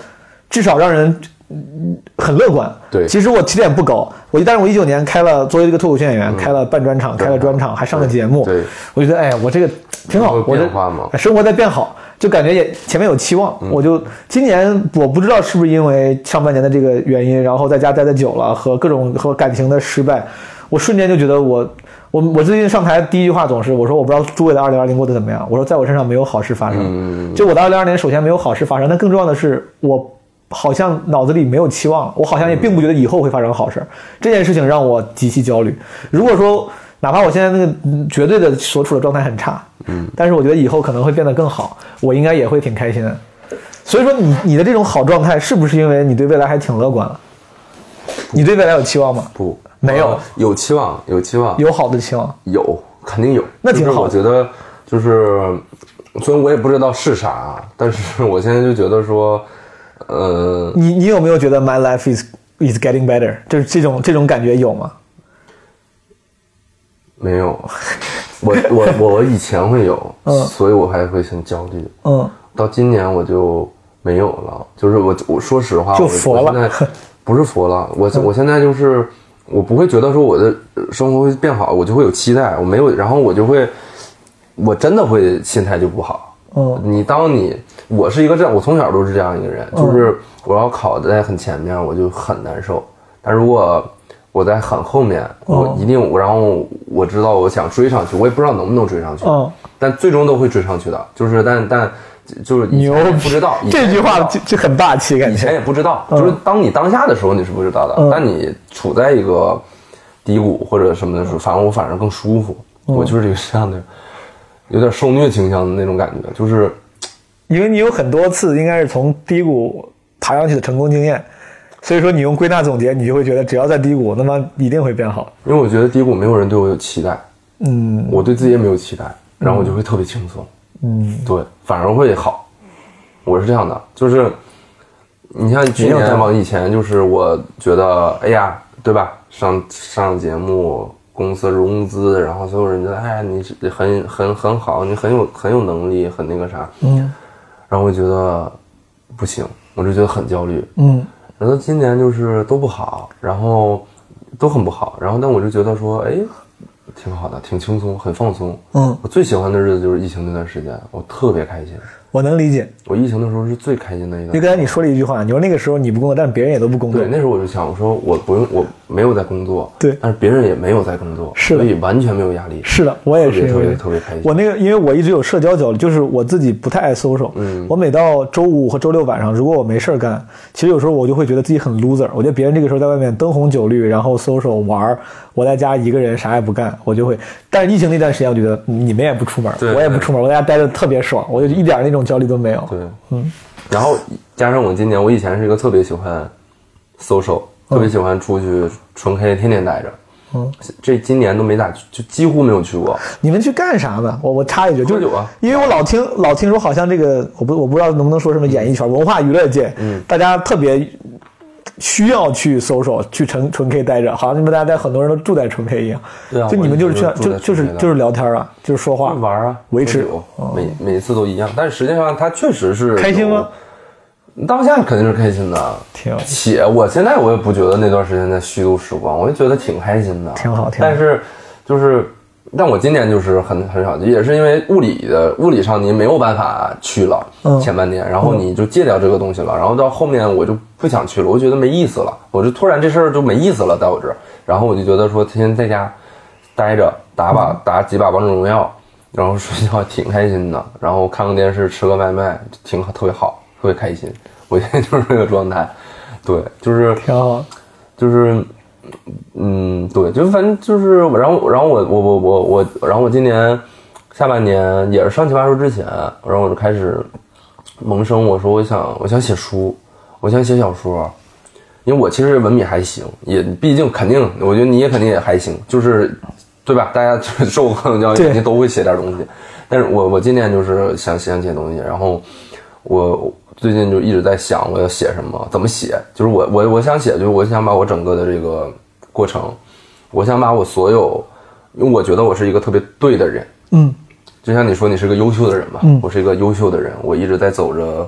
S2: 至少让人嗯很乐观。
S3: 对
S2: 其实我起点不高，我但是我一九年开了作为一个脱口秀演员，开了半专场，开了专场，还上了节目。
S3: 嗯对对
S2: 我觉得哎，我这个挺好，
S3: 生活
S2: 我的哎
S3: 变化嗯嘛
S2: 生活在变好，就感觉也前面有期望。我就今年我不知道是不是因为上半年的这个原因，然后在家待的久了和各种和感情的失败，我瞬间就觉得我。我我最近上台第一句话总是我说我不知道诸位的二零二零过得怎么样，我说在我身上没有好事发
S3: 嗯
S2: 生，就我的二零二年首先没有好事发生，但更重要的是我好像脑子里没有期望了，我好像也并不觉得以后会发生好事儿。这件事情让我极其焦虑。如果说哪怕我现在那个嗯绝对的所处的状态很差，嗯，但是我觉得以后可能会变得更好，我应该也会挺开心的。所以说你你的这种好状态，是不是因为你对未来还挺乐观了？你对未来有期望吗？
S3: 不，
S2: 没有
S3: 呃有期望，有期望，
S2: 有好的期望，
S3: 有，肯定有。
S2: 那挺好
S3: 就是我觉得就是，虽然我也不知道是啥，但是 我现在就觉得说，呃，
S2: 你你有没有觉得 my life is is getting better？就是这种这种感觉有吗？
S3: 没 有。我我我我以前会有，
S2: 嗯
S3: 所以我还会很焦虑。
S2: 嗯，
S3: 到今年我就没有了，就是我我说实话，
S2: 就
S3: 我
S2: 佛
S3: 我
S2: 了
S3: 现 在不是佛了，我我现在就是我不会觉得说我的呃生活会变好，我就会有期待，我没有，然后我就会，我真的会心态就不好。
S2: 嗯
S3: 你当你我是一个这样，我从小都是这样一个人，
S2: 嗯
S3: 就是我要考在很前面，我就很难受。但如果我在很后面，
S2: 嗯
S3: 我一定，然后我知道我想追上去，我也不知道能不能追上去。
S2: 嗯，
S3: 但最终都会追上去的，就是但但就是以
S2: 牛
S3: 前也不知道，以前
S2: 这句话
S3: 也不知
S2: 就嗯
S3: 道
S2: 就很霸气，感
S3: 以前
S2: 觉。
S3: 也不知道，就是当你当下的时候你是不知道的，
S2: 嗯
S3: 但你处在一个低谷或者什么的时候，反正我反而更舒服，
S2: 嗯
S3: 我就是一个这样的，有点受虐倾向的那种感觉，就是
S2: 因为你有很多次应该是从低谷爬上去的成功经验，所以说你用归纳总结，你就会觉得只要在低谷，那么一定会变好。
S3: 因为我觉得低谷没有人对我有期待，
S2: 嗯，
S3: 我对自己也没有期待，然后我就会特别轻松，嗯，对，反而会好。我是这样的，就是你像今
S2: 有道
S3: 年
S2: 理
S3: 往以前，就是我觉得，哎呀，对吧？上上节目，公司融资，然后所有人觉得，哎呀，你是很很很好，你很有很有能力，很那个啥，嗯，然后我觉得不行，我就觉得很焦虑，
S2: 嗯，
S3: 然后今年就是都不好，然后都很不好，然后但我就觉得说，哎，挺好的，挺轻松，很放松。
S2: 嗯，
S3: 我最喜欢的日子就是疫情那段时间，我特别开心。
S2: 我能理解。
S3: 我疫情的时候是最开心的一
S2: 就
S3: 段。
S2: 刚才你说了一句话，你说那个时候你不工作，但别人也都不工作
S3: 对，。那时候我就想，我说我不用，我没有在工作，
S2: 对
S3: 但是别人也没有在工作，
S2: 是的
S3: 所以完全没有压力。
S2: 是的，我也是因
S3: 特别特
S2: 为
S3: 别特别开心
S2: 我那个，因为我一直有社交焦虑，就是我自己不太爱 social。
S3: 嗯
S2: 我每到周五和周六晚上，如果我没事儿干，其实有时候我就会觉得自己很 loser。我觉得别人这个时候在外面灯红酒绿，然后 social 玩儿，我在家一个人啥也不干，我就会。但是疫情那段时间，我觉得嗯你们也不出门儿，
S3: 对
S2: 我也不出门儿，我在家待着特别爽，我就一点儿那种焦虑都没有。
S3: 对，嗯。然后加上我今年，我以前是一个特别喜欢 social，特
S2: 嗯
S3: 别喜欢出去纯 K，天天待着。嗯，这今年都没咋去，就几乎没有去 过。
S2: 你们去干啥呢？我我插一句，就
S3: 喝
S2: 是
S3: 酒啊
S2: 因为我老听老听说，好像这个我不我不知道能不能说什么演
S3: 嗯
S2: 艺圈、文化娱乐界，大家特别需要去 social 去纯纯 K 待着，好像你们大家很多人都住在纯 K 一样。
S3: 对啊
S2: 就你们就是去
S3: 我一直
S2: 就
S3: 都
S2: 就
S3: 住在纯
S2: 是
S3: K 的
S2: 就是聊天啊，就是说话
S3: 会玩啊，
S2: 维持哦
S3: 喝酒每每次都一样，但实际上他确实是
S2: 开心吗
S3: 有？当下肯定是开心的，
S2: 挺
S3: 且我现在我也不觉得那段时间在虚度时光，我就觉得挺开心的，
S2: 挺好挺好
S3: 但是就是，但我今年就是很很少，也是因为物理的物理上你没有办法去了、
S2: 嗯
S3: 前半年，然后你就戒掉这个东西了，然后到后面我就不想去了，我觉得没意思了，我就突然这事儿就没意思了，在我这儿，然后我就觉得说天天在家待着打把、
S2: 嗯
S3: 打几把王者荣耀，然后睡觉 挺开心的，然后看个电视吃个外卖，挺好，特别好，特别开心。我现在就是这个状态，对，就是
S2: 挺好。
S3: 就是，嗯，对，就反正就是，然后然后我我我我我，然后我今年下半年也是上奇葩说之前，然后我就开始萌生我说我想我想写书，我想写小说，因为我其实文笔还行，也毕竟肯定，我觉得你也肯定也还行，就是对吧？大家受过高等教育，
S2: 对
S3: 肯定都会写点东西。但是我我 今年就是想想写东西，然后我最近就一直在想我要写什么，怎么写，就是我我我想写，就是我想把我整个的这个过程，我想把我所有，因为我觉得我是一个特别对的人，
S2: 嗯，
S3: 就像你说，你是个优秀的人吧？
S2: 嗯
S3: 我是一个优秀的人，我一直在走着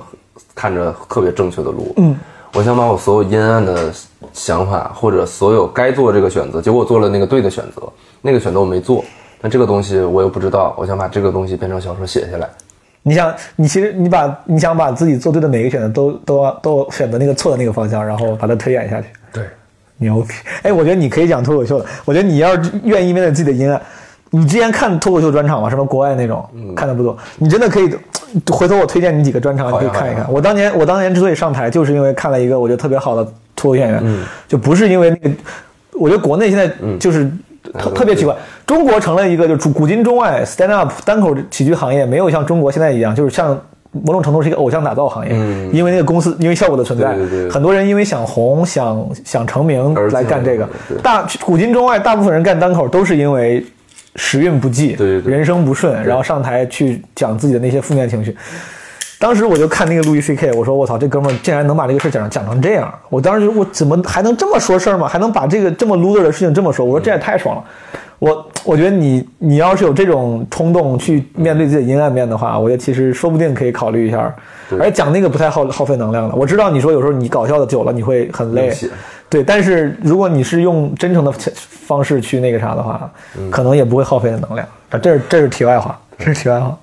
S3: 看着特别正确的路。
S2: 嗯，
S3: 我想把我所有阴暗的想法，或者所有该做这个选择，结果我做了那个对的选择，那个选择我没做，但这个东西我又不知道，我想把这个东西变成小说写下来。
S2: 你想，你其实你把你想把自己做对的每个选择都都要都选择那个错的那个方向，然后把它推演下去。
S3: 对，
S2: 牛逼！哎，我觉得你可以讲脱口秀的。我觉得你要是愿意面对自己的阴暗，你之前看脱口秀专场吗？什么国外那种、
S3: 嗯
S2: 看的不多，你真的可以。回头我推荐你几个专场，你
S3: 好呀
S2: 可以看一
S3: 好呀
S2: 看。我当年我当年之所以上台，就是因为看了一个我觉得特别好的脱口秀演员，就不是因为那个。我觉得国内现在就是特、
S3: 嗯嗯
S2: 特别奇怪，中国成了一个就古古今中外 stand up 单口喜剧行业没有像中国现在一样，就是像某种程度是一个偶像打造行业，
S3: 嗯
S2: 因为那个公司因为效果的存在，
S3: 对对对
S2: 很多人因为想红想想成名
S3: 而
S2: 来干这个
S3: 对。
S2: 大古今中外，大部分人干单口都是因为时运不济，
S3: 对对对
S2: 人生不顺，然后上台去讲自己的那些负面情绪。当时我就看那个路易 C K，我说我操，这哥们儿竟然能把这个事儿讲讲成这样！我当时就我怎么还能这么说事儿吗？还能把这个这么 loser 的事情这么说？我说这也太爽了！我我觉得你你要是有这种冲动去面对自己的阴暗面的话，我觉得其实说不定可以考虑一下。而且讲那个不太耗耗费能量的。我知道你说有时候你搞笑的久了你会很累
S3: 流血，
S2: 对，但是如果你是用真诚的方式去那个啥的话，可能也不会耗费的能量。啊这是这是题外话，这是题外话。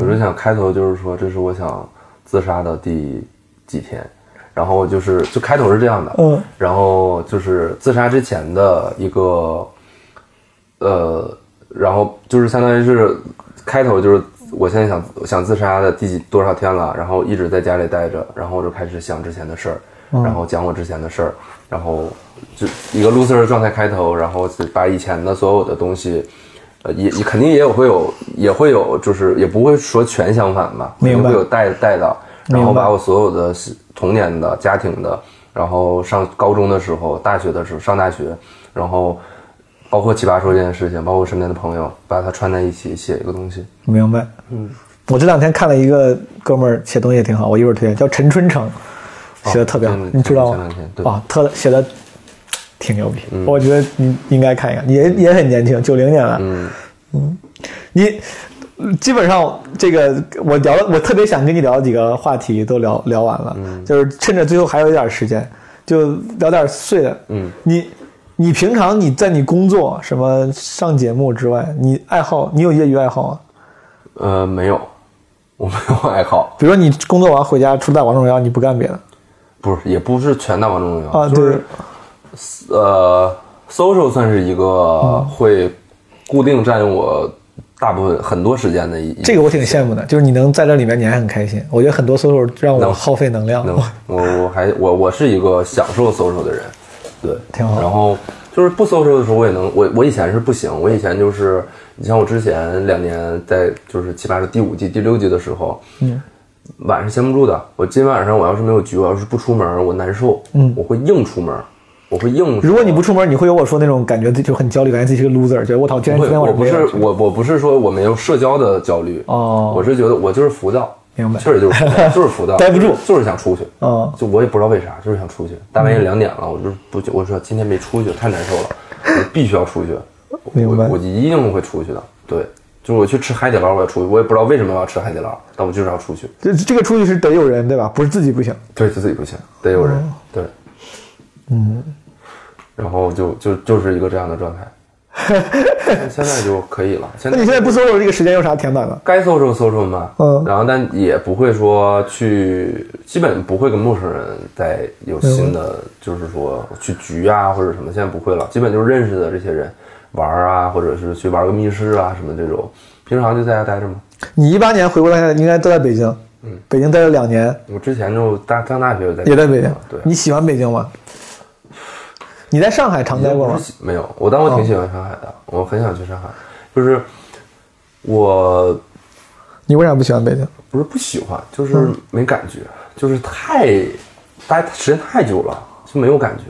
S3: 我就想开头就是说，这是我想自杀的第几天，然后就是就开头是这样的，
S2: 嗯，
S3: 然后就是自杀之前的一个，呃，然后就是相当于是开头就是我现在想想自杀的第几多少天了，然后一直在家里待着，然后我就开始想之前的事儿，
S2: 哦
S3: 然后讲我之前的事儿，然后就一个 loser 的状态开头，然后把以前的所有的东西。呃，也也肯定也有会有，也会有，就是也不会说全相反吧，肯定
S2: 明白
S3: 会有带带到，然后
S2: 明白
S3: 把我所有的童年的、家庭的，然后上高中的时候、大学的时候、上大学，然后包括奇葩说这件事情，包括我身边的朋友，把它串在一起写一个东西。
S2: 明白。嗯，我这两天看了一个哥们儿写东西也挺好，我一会儿推荐，叫陈春成，写的特别好，
S3: 哦嗯
S2: 你知道
S3: 前
S2: 吗
S3: 两天？对嗯
S2: 啊，特写的挺牛逼，我觉得你应该看一看，也也很年轻，九零年的。嗯你。基本上这个我聊了，我特别想跟你聊几个话题都聊聊完了，
S3: 嗯
S2: 就是趁着最后还有一点时间，就聊点碎的。
S3: 嗯，
S2: 你你平常你在你工作什么上节目之外，你爱好你有业余爱好吗？
S3: 呃，没有，我没有爱好，
S2: 比如说你工作完回家除了打王者荣耀，你不干别的
S3: 嗯不是，也不是全打王者荣耀，
S2: 啊？
S3: 就是
S2: 对，
S3: 呃，social 算是一个
S2: 嗯
S3: 会固定占用我大部分很多时间的一
S2: 这个我挺羡慕的，就是你能在这里面你还很开心。我觉得很多 social 让我
S3: 嗯能
S2: 耗费能量，
S3: 能
S2: 哇，
S3: 我我还我我是一个享受 social 的人，对，
S2: 挺好
S3: 然后就是不 social 的时候，我也能，我我以前是不行，我以前就是，你像我之前两年在就是奇葩说第五季、第六季的时候，嗯，晚上闲不住的，我今晚上我要是没有局，我要是不出门，我难受，嗯，我会硬出门，我会硬。
S2: 如果你不。出门，你会有我说那种感觉，就很焦虑，感觉自己是个 loser，觉得我操，今天
S3: 不
S2: 今
S3: 会，我
S2: 天晚上
S3: 不
S2: 没
S3: 是
S2: 有去
S3: 我，我不是说我没有社交的焦虑
S2: 哦
S3: 我是觉得我就是浮躁，
S2: 明白
S3: 确实就是浮 躁就是浮躁，
S2: 待不住
S3: 就是想出去，
S2: 哦
S3: 就我也不知道为啥，就是想出去，大
S2: 嗯
S3: 半夜两点了，我就是不，我说今天没出去太难受了，我必须要出去，
S2: 明白
S3: 我我一定会出去的，对，就是我去吃海底捞，我要出去，我也不知道为什么要吃海底捞，但我就是要出去，
S2: 这这个出去是得有人对吧？不是自己不行。
S3: 对，就自己不行，得有人，
S2: 哦
S3: 对，嗯，
S2: 嗯
S3: 然后就就就是一个这样的状 态。现在就可以了。现
S2: 那
S3: 在
S2: 你现在不 social 这个时间有啥填满的？
S3: 该 social social 嘛，
S2: 嗯
S3: 然后但也不会说去，基本不会跟陌生人再有新的，就是说去局啊或者什么，现在不会了，基本就是认识的这些人玩儿啊，或者是去玩个密室啊什么这种，平常就在家待着嘛。
S2: 你一八年回过来应该都在北京，嗯，北京待了两年，
S3: 我之前就大上大学就在
S2: 也在北京。
S3: 嗯对，
S2: 你喜欢北京吗？你在上海常待过
S3: 我
S2: 吗
S3: 是？喜没有，我但我挺喜欢上海的，我很想去上海，就是我
S2: 你为啥不喜欢北京？
S3: 不是不喜欢，就是没感觉，就是太待时间太久了，就没有感觉，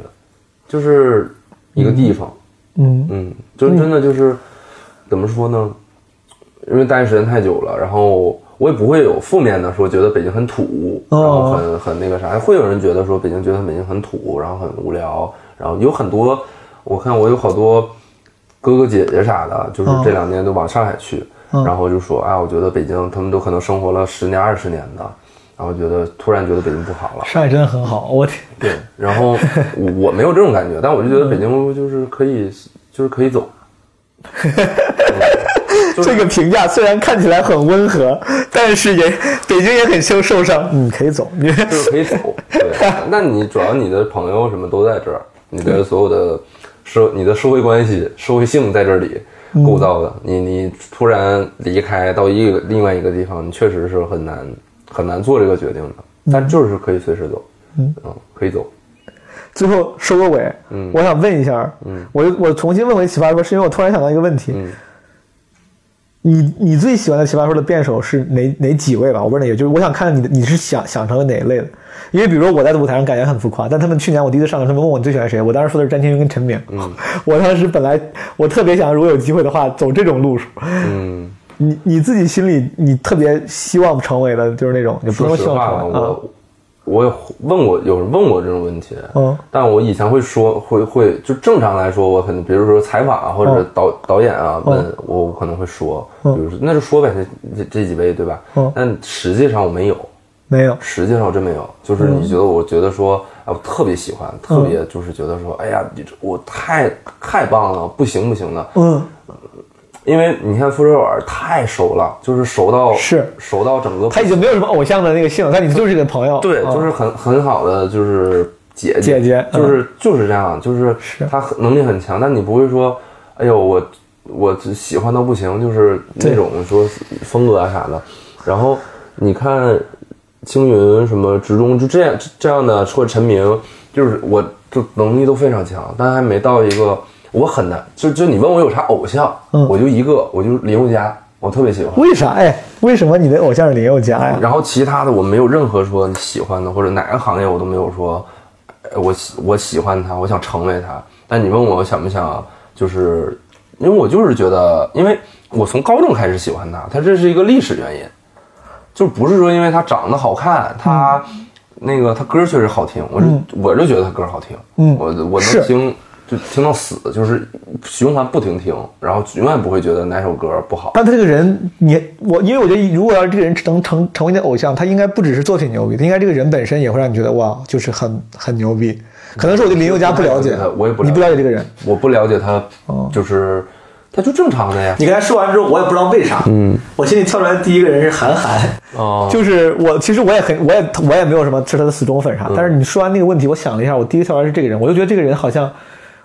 S3: 就是一个地方，
S2: 嗯
S3: 嗯，真真的就是怎么说呢？因为待时间太久了，然后我也不会有负面的说觉得北京很土，然后很很那个啥，会有人觉得说北京觉得北京很土，然后很无聊，然后有很多，我看我有好多哥哥姐姐啥的，就是这两年都往上海去，然后就说啊，我觉得北京他们都可能生活了十年二十年的，然后觉得突然觉得北京不好了，
S2: 上海真的很好，我天，
S3: 对，然后我我没有这种感觉，但我就觉得北京就是可以，就是可以走。就是
S2: 这个评价虽然看起来很温和，但是也 北京也很受受伤。嗯，可以走，你
S3: 就是可以走。对，那你主要你的朋友什么都在这儿，你
S2: 嗯
S3: 的所有的社、你的社会关系、社会性在这里构造
S2: 嗯
S3: 的。你你突然离开到一个另外一个地方，你确实是很难很难做这个决定的。
S2: 嗯
S3: 但就是可以随时走，嗯，可以走。
S2: 最后收个尾，
S3: 嗯
S2: 我想问一下，嗯，我就我重新问回奇葩说，是因为我突然想到一个问题，
S3: 嗯
S2: 你你最喜欢的奇葩说的辩手是哪哪几位吧？我问的也就是我想看看你的你是想想成了哪一类的，因为比如说我在舞台上感觉很浮夸，但他们去年我第一次上场，他们问我你最喜欢谁，我当时说的是詹天云跟陈明， 我当时本来我特别想如果有机会的话走这种路数，
S3: 嗯，
S2: 你你自己心里你特别希望成为的就是那种，也嗯不
S3: 说
S2: 用
S3: 实
S2: 希望
S3: 话吧，
S2: 成为啊，
S3: 我我有问我有人问我这种问题，
S2: 嗯
S3: 但我以前会说会会就正常来说，我可能比如说采访啊或者
S2: 嗯
S3: 导、导演啊
S2: 嗯
S3: 问、我，我可能会说，
S2: 嗯
S3: 比如说那就说呗，这这这几位对吧？
S2: 嗯
S3: 但实际上我没有，
S2: 没有，
S3: 实际上我真没有，就是你觉得我觉得说啊，我特别喜欢，特别就是觉得说，哎呀，你这我太太棒了，不行不行的，
S2: 嗯，
S3: 因为你看傅首尔太熟了，就是熟到
S2: 是
S3: 熟到整个
S2: 他已经没有什么偶像的那个性了，但你就是你的朋友，
S3: 对，
S2: 啊
S3: 就是很很好的，就是姐
S2: 姐姐嗯
S3: 就是就是这样，就是她很能力很强，但你不会说，哎呦，我我只喜欢到不行，就是那种说风格啊啥的。然后你看青云什么职中，就这样这样的，或者陈明，就是我就能力都非常强，但还没到一个我很难，就就你问我有啥偶像，
S2: 嗯
S3: 我就一个，我就林宥嘉，我特别喜欢。
S2: 为啥？哎，为什么你的偶像是林宥嘉呀？
S3: 然后其他的我没有任何说你喜欢的或者哪个行业我都没有说，呃我喜我喜欢他，我想成为他。但你问我想不想，就是因为我就是觉得，因为我从高中开始喜欢他，他这是一个历史原因，就不是说因为他长得好看，他、
S2: 嗯
S3: 那个他歌确实好听，我就、我就觉得他歌好听，
S2: 嗯
S3: 我我
S2: 是
S3: 能听就听到死，就是循环不停听，然后永远不会觉得哪首歌不好。
S2: 但他这个人，你我，因为我觉得，如果要是这个人能成成为你的偶像，他应该不只是作品牛逼，他应该这个人本身也会让你觉得哇，就是很很牛逼。可能是我对林宥嘉不了解
S3: 我也不了解他，我也不了解
S2: 你不了解这个人，
S3: 我不了解他，就是他就正常的呀。
S5: 你刚才说完之后，我也不知道为啥，嗯，我心里跳出来的第一个人是韩寒，
S3: 哦，
S2: 就是我其实我也很我也我也没有什么是他的死忠粉
S3: 嗯
S2: 啥，但是你说完那个问题，我想了一下，我第一条来是这个人，我就觉得这个人好像，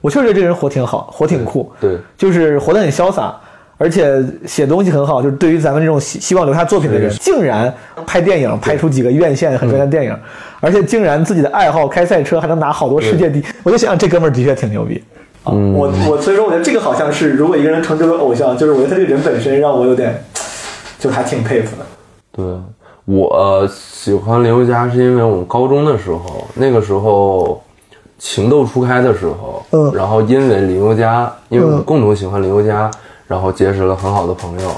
S2: 我确实觉得这个人活挺好，活挺酷，
S3: 对对
S2: 就是活得很潇洒，而且写东西很好，就是对于咱们这种希希望留下作品的人，竟然拍电影拍出几个院线很赚钱的电影，而且竟然自己的爱好开赛车还能拿好多世界第一，我就想这哥们儿的确挺牛逼。啊，
S3: 嗯
S2: 我我所以说，我觉得这个好像是，如果一个人成就为偶像，就是我觉得他这个人本身让我有点，就还挺佩服的。
S3: 对，我呃喜欢林宥嘉是因为我们高中的时候，那个时候情窦初开的时候，
S2: 嗯
S3: 然后因为林宥嘉，因为我们共同喜欢林宥嘉，然后结识了很好的朋友，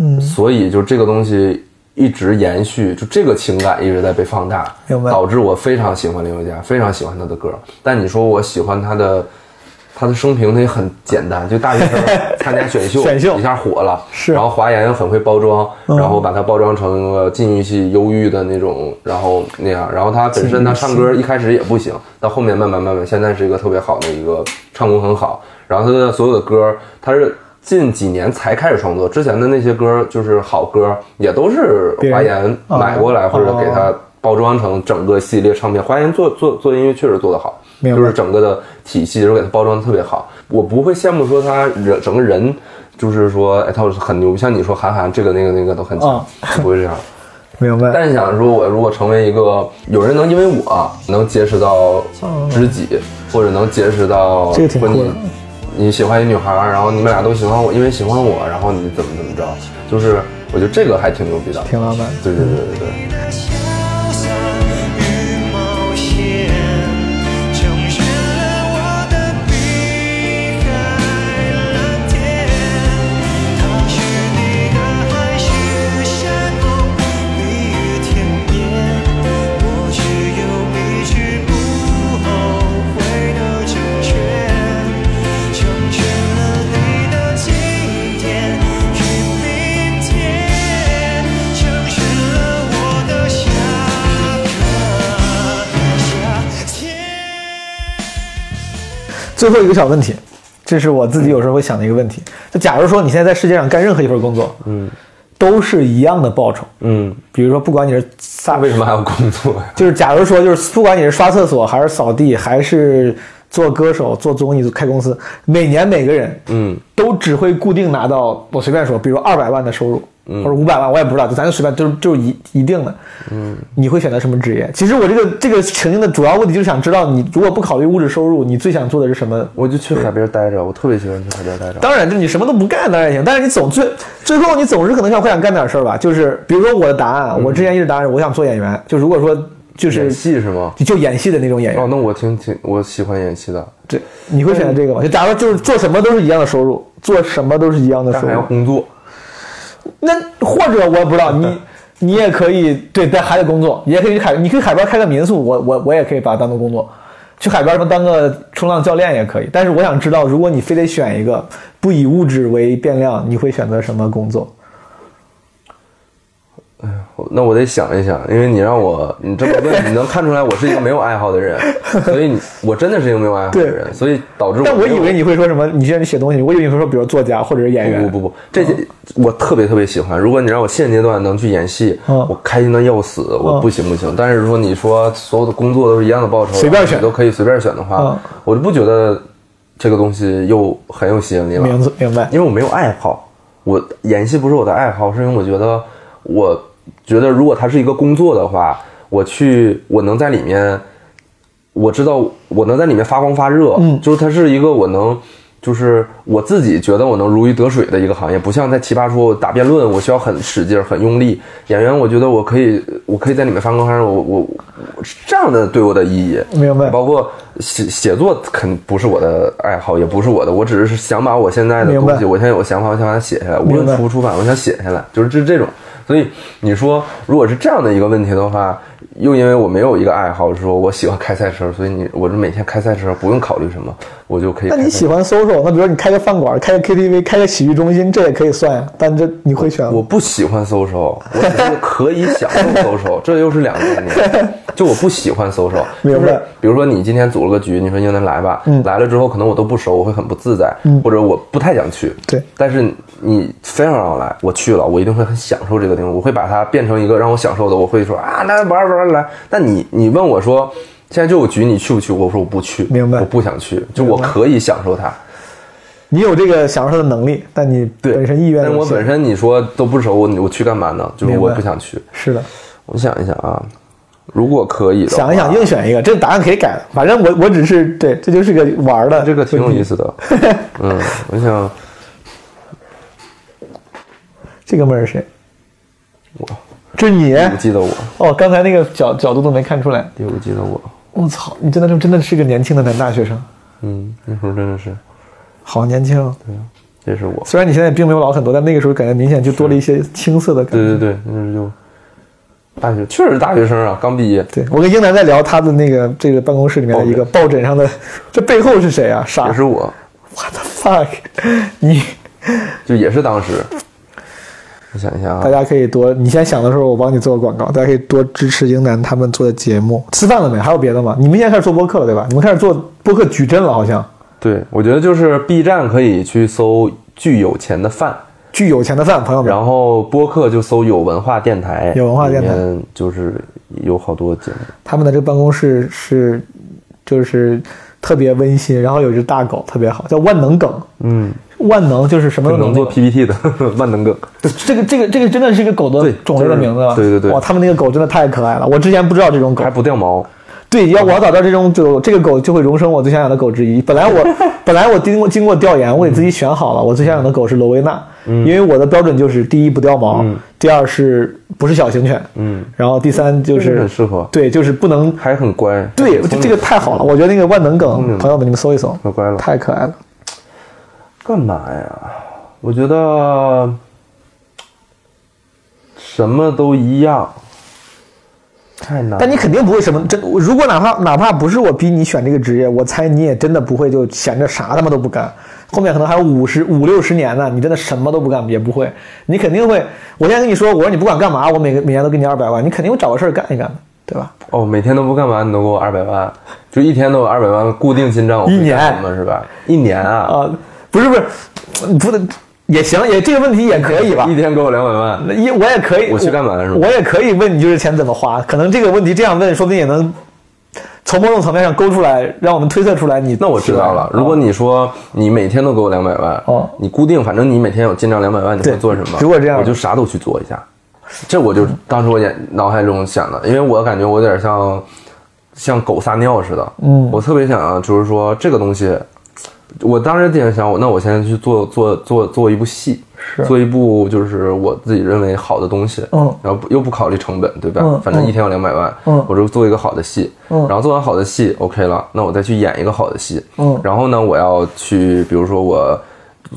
S3: 嗯，所以就这个东西一直延续，就这个情感一直在被放大
S2: 明，白
S3: 导致我非常喜欢林宥嘉，非常喜欢他的歌。但你说我喜欢他的。他的生平他也很简单，就大学生参加选秀，
S2: 选秀
S3: 一下火了，
S2: 是嗯
S3: 然后华研很会包装，然后把它包装成一个禁欲系、忧郁的那种，然后那样。然后他本
S2: 嗯
S3: 身他唱歌一开始也不行，到后面慢慢慢慢，现在是一个特别好的一个唱功很好。然后他的所有的歌，他是近几年才开始创作，之前的那些歌就是好歌，也都是华研
S2: 别人
S3: 买过来
S2: 哦
S3: 或者给他包装成整个系列唱片。华研做做做音乐确实做得好，
S2: 明白
S3: 就是整个的体系都给他包装的特别好。我不会羡慕说他人整个人，就是说，哎，他很牛，像你说韩寒这个那个那个都很
S2: 哦
S3: 强，就不会这样。
S2: 明白。
S3: 但是想说，我如果成为一个有人能因为我能结识到知己，或者能结识到
S2: 这个挺
S3: 婚
S2: 酷的
S3: 姻，你喜欢一女孩儿，然后你们俩都喜欢我，因为喜欢我，然后你怎么怎么着，就是我觉得这个还挺牛逼的，
S2: 挺浪漫。
S3: 对对对对对，
S7: 潇洒与冒险，冲圆了我的碧海蓝天。它是你的海，是山盟，蜜语甜言。我只有一句不后悔的成全，成全了你的今天与明天。成全了我的下个夏天。
S2: 最后一个小问题，这是我自己有时候会想的一个问题。就假如说你现在在世界上干任何一份工作，嗯，都是一样的报酬。
S3: 嗯，
S2: 比如说，不管你是撒
S3: 为什么还要工作呀？
S2: 就是假如说，就是不管你是刷厕所，还是扫地，还是做歌手、做综艺、开公司，每年每个人，
S3: 嗯，
S2: 都只会固定拿到，我随便说，比如二百万的收入，或者五百万，我也不知道，就咱就随便，就是就是一一定的，嗯，你会选择什么职业？其实我这个这个情境的主要目的就是想知道，你如果不考虑物质收入，你最想做的是什么？
S3: 我就去海边待着，我特别喜欢去海边待着。
S2: 当然，就是你什么都不干当然也行，但是你总最最后你总是可能想会想干点事儿吧。就是比如说我的答案，我之前一直答案是我想做演员，就如果说就是
S3: 演戏是吗？
S2: 就演戏的那种演员
S3: 哦，，那我挺挺我喜欢演戏的，
S2: 对，你会选择这个吗？就假如就是做什么都是一样的收入，做什么都是一样的
S3: 但
S2: 收
S3: 还要
S2: 入，
S3: 工作。
S2: 那或者我也不知道 你。你也可以对，在海里工作，也可以去海，你可以海边开个民宿，我我我也可以把它当做工作，去海边什么当个冲浪教练也可以。但是我想知道，如果你非得选一个不以物质为变量，你会选择什么工作？
S3: 那我得想一想，因为你让我你这么问，你能看出来我是一个没有爱好的人，所以你我真的是一个没有爱好的人，
S2: 对
S3: 所以导致我
S2: 但我以
S3: 没有
S2: 为你会说什么，你现在写东西，我以为你会说，比如作家或者是演员。嗯
S3: 不不不不，这些我特别特别喜欢。如果你让我现阶段能去演戏，
S2: 嗯
S3: 我开心的要死，我
S2: 嗯
S3: 不行不行。但是说你说所有的工作都是一样的报酬，
S2: 随
S3: 然
S2: 便
S3: 后你
S2: 选
S3: 都可以随便选的话
S2: 嗯，
S3: 我就不觉得这个东西又很有吸引力了。
S2: 明子明白
S3: 因为我没有爱好，我演戏不是我的爱好，是因为我觉得，我觉得如果它是一个工作的话，我去我能在里面，我知道我能在里面发光发热，
S2: 嗯
S3: 就是它是一个我能。就是我自己觉得我能如鱼得水的一个行业，不像在奇葩说我打辩论，我需要很使劲儿、很用力。演员，我觉得我可以，我可以在里面发光发热，我我我这样的对我的意义。
S2: 明白
S3: 包括写写作肯不是我的爱好，也不是我的，我只是想把我现在的
S2: 明白
S3: 东西，我现在有个想法，我想把它写下来，无论
S2: 明白
S3: 出不出版，我想写下来，就是这这种。所以你说，如果是这样的一个问题的话，又因为我没有一个爱好，说我喜欢开赛车，所以你我就每天开赛车，不用考虑什么，我就可以
S2: 那
S3: 开赛车。
S2: 你喜欢 social，那比如说你开个饭馆、开个 KTV、开个洗浴中心，这也可以算呀。但这你会选
S3: 我
S2: 吗？
S3: 不喜欢 social，我只是可以享受 social，这又是两个概念。就我不喜欢 social，就
S2: 明白嗯
S3: 是比如说你今天组了个局，你说英能来吧，来了之后可能我都不熟，我会很不自在，或者我不太想去。
S2: 对
S3: 但是你非要让我来，我去了，我一定会很享受这个地方，我会把它变成一个让我享受的，我会说啊，来玩儿玩儿来。但你你问我说，现在就有局，你去不去？我说我不去，
S2: 明白
S3: 我不想去，就我
S2: 明白
S3: 可以享受它。
S2: 你有这个享受的能力，但你
S3: 对，
S2: 本身意愿
S3: 但
S2: 有
S3: 我
S2: 限
S3: 本身你说都不熟，我我去干嘛呢？就是
S2: 明
S3: 我
S2: 白
S3: 不想去。
S2: 是的。
S3: 我想一想啊，如果可以的话，
S2: 想一想，硬选一个，这答案可以改的。反正我我只是对，这就是个玩儿的。
S3: 这个挺有意，思 的。嗯，我想
S2: 这哥们儿是谁？我，这是你
S3: 不记得我，
S2: 哦。刚才那个角角度都没看出来。
S3: 也不记得我。
S2: 我操，你真的是真的是个年轻的男大学生，
S3: 嗯，那时候真的是，
S2: 好年轻、哦。
S3: 这是我。
S2: 虽然你现在并没有老很多，但那个时候感觉明显就多了一些青涩的感觉。
S3: 对对对，那时候就大学，确实是大学生啊，刚毕业。
S2: 对我跟英男在聊他的那个这个办公室里面的一个抱枕上的，这背后是谁啊？傻
S3: 也是我，
S2: ，what the fuck！你
S3: 就也是当时。我想一下
S2: 大
S3: 啊，
S2: 家可以多，你先想的时候我帮你做个广告，大家可以多支持英男他们做的节目。吃饭了没？还有别的吗？你们现在开始做播客了对吧？你们开始做播客矩阵了，好像
S3: 对我觉得就是 B 站可以去搜“巨有钱的饭”，
S2: 巨有钱的饭朋友们
S3: 然。后播客就搜有文化电台，
S2: 有文化电台
S3: 里面就是有好多节目，
S2: 他们的这个办公室是就是特别温馨，然后有一只大狗特别好，叫万能梗。
S3: 嗯，
S2: 万能就是什么都
S3: 能做
S2: 力
S3: PPT 的 万能梗，
S2: 这个这个这个真的是一个狗的
S3: 对
S2: 种类的
S3: 就是
S2: 名字吧？
S3: 对对对
S2: 哇，他们那个狗真的太可爱了，我之前不知道这种狗
S3: 还，不掉毛，
S2: 对，要我早知道这种狗，这个狗就会荣升我最想养的狗之一。本来 我本来我经过经过调研，我给自己选好了，我最想养的狗是罗威纳，
S3: 嗯
S2: 因为我的标准就是第一不掉毛，第二是不是小型犬，
S3: 嗯，
S2: 然后第三就
S3: 这
S2: 是
S3: 个很适合
S2: 对，就是不能
S3: 还很乖。
S2: 对，
S3: 很聪
S2: 就
S3: 明
S2: 这个太好了，我觉得那个万能梗，
S3: 明
S2: 朋友们你们搜一搜，
S3: 可乖了
S2: 太可爱了。
S3: 干嘛呀？我觉得什么都一样，太难了。
S2: 但你肯定不会什么真，如果哪怕哪怕不是我逼你选这个职业，我猜你也真的不会就闲着啥他妈都不干。后面可能还有五十五六十年呢，你真的什么都不干也不会，你肯定会。我现在跟你说，我说你不管干嘛，我每个每年都给你二百万，你肯定会找个事儿干一干的，对吧？
S3: 哦，每天都不干嘛，你都给我二百万，就一天都有二百万固定进账，我会
S2: 一年
S3: 干什么是吧？一年啊，
S2: 啊、不是不是，不能也行，也这个问题也可以吧
S3: 一？天给我两百万，
S2: 也我也可以，
S3: 我去干嘛了是吗
S2: 我也可以问你，就是钱怎么花？可能这个问题这样问，说不定也能从某种层面上勾出来，让我们推测出来你。
S3: 那我知道了。如果你说你每天都给我两百万，
S2: 啊哦
S3: 你固定，反正你每天有进账两百万，你会
S2: 对
S3: 做什么？
S2: 如果这样嗯
S3: 我就啥都去做一下。这我就当时我眼脑海中想的，因为我感觉我有点像像狗撒尿似的，
S2: 嗯
S3: 我特别想就是说这个东西，我当时也想我那我现在去做做做做一部戏，做一部就是我自己认为好的东西，
S2: 嗯
S3: 然后不又不考虑成本，对吧？
S2: 嗯
S3: 反正一天有两百万，
S2: 嗯
S3: 我就做一个好的戏，
S2: 嗯
S3: 然后做完好的戏 OK 了，那我再去演一个好的戏，
S2: 嗯
S3: 然后呢，我要去，比如说我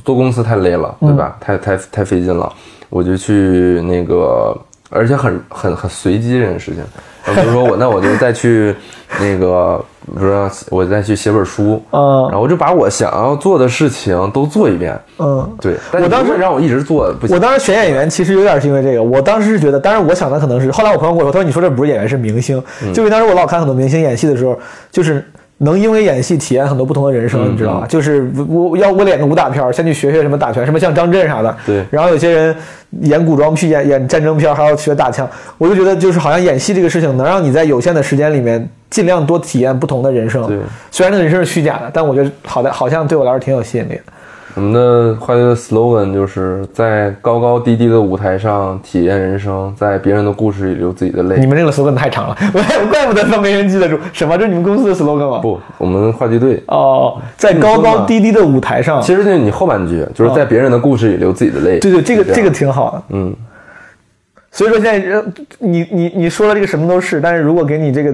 S3: 做公司太累了，
S2: 嗯
S3: 对吧？太太太费劲了，我就去那个，而且很很很随机这件事情。呃比如说我，那我就再去那个，比如说我再去写本书，
S2: 嗯
S3: 然后我就把我想要做的事情都做一遍。
S2: 嗯。
S3: 对，但
S2: 我当
S3: 你
S2: 时
S3: 不会让我一直做不行。
S2: 我当时选演员其实有点是因为这个，我当时是觉得，当然我想的可能是，后来我朋友跟我说，他说你说这不是演员是明星，
S3: 嗯
S2: 就因为当时我老看很多明星演戏的时候，就是。能因为演戏体验很多不同的人生，
S3: 嗯
S2: 你知道吧？就是我我要我演个武打片儿，先去学学什么打拳，什么像张震啥的。
S3: 对
S2: 然后有些人演古装剧、演演战争片儿，还要学打枪。我就觉得，就是好像演戏这个事情，能让你在有限的时间里面尽量多体验不同的人生。
S3: 对
S2: 虽然那人生是虚假的，但我觉得好在好像对我来说挺有吸引力的。
S3: 我们的话剧的 slogan 就是在高高低低的舞台上体验人生，在别人的故事里流自己的泪。
S2: 你们这个 slogan 太长了， 我怪不得都没人记得住。什么？这是你们公司的 slogan 吗？
S3: 不，我们话剧队
S2: 哦，在高高低低的舞台上，
S3: 其实就是你后半句，就是在别人的故事里流自己的泪。
S2: 对对，这个
S3: 是
S2: 这
S3: 样
S2: 个，挺好的。
S3: 嗯，
S2: 所以说现在呃你你你说了这个什么都是，但是如果给你这个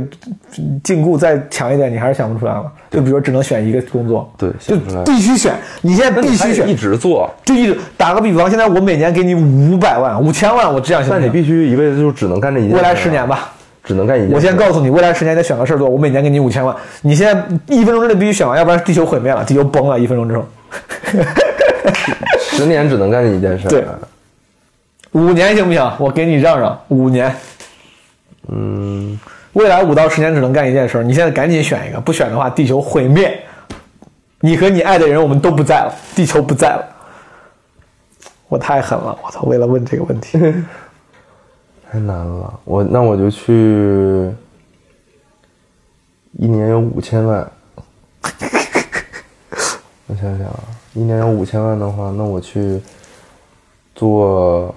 S2: 禁锢再强一点，你还是想不出来了。就比如说只能选一个工作，
S3: 对
S2: 就
S3: 想不出来
S2: 必须选。你现在
S3: 但
S2: 必
S3: 你还
S2: 须
S3: 得一
S2: 选，
S3: 直做，
S2: 就一直打个比方，现在我每年给你五百万、五千万，我这样行
S3: 但
S2: 不
S3: 你
S2: 行？
S3: 必须一辈子就只能干这一件事。啊
S2: 未来十年，吧，
S3: 只能干一件事。
S2: 我先告诉你，未来十年得选个事儿做。我每年给你五千万，你现在一分钟之内必须选完，要不然地球毁灭了，地球崩了。一分钟之后，
S3: 十年只能干这一件事。啊
S2: 对五年行不行？我给你让让，五年。嗯，未来五到十年只能干一件事儿，你现在赶紧选一个，不选的话地球毁灭。你和你爱的人，我们都不在了，地球不在了。我太狠了，我操！为了问这个问题，
S3: 太难了。我那我就去，一年有五千万。我想想啊，一年有五千万的话，那我去做。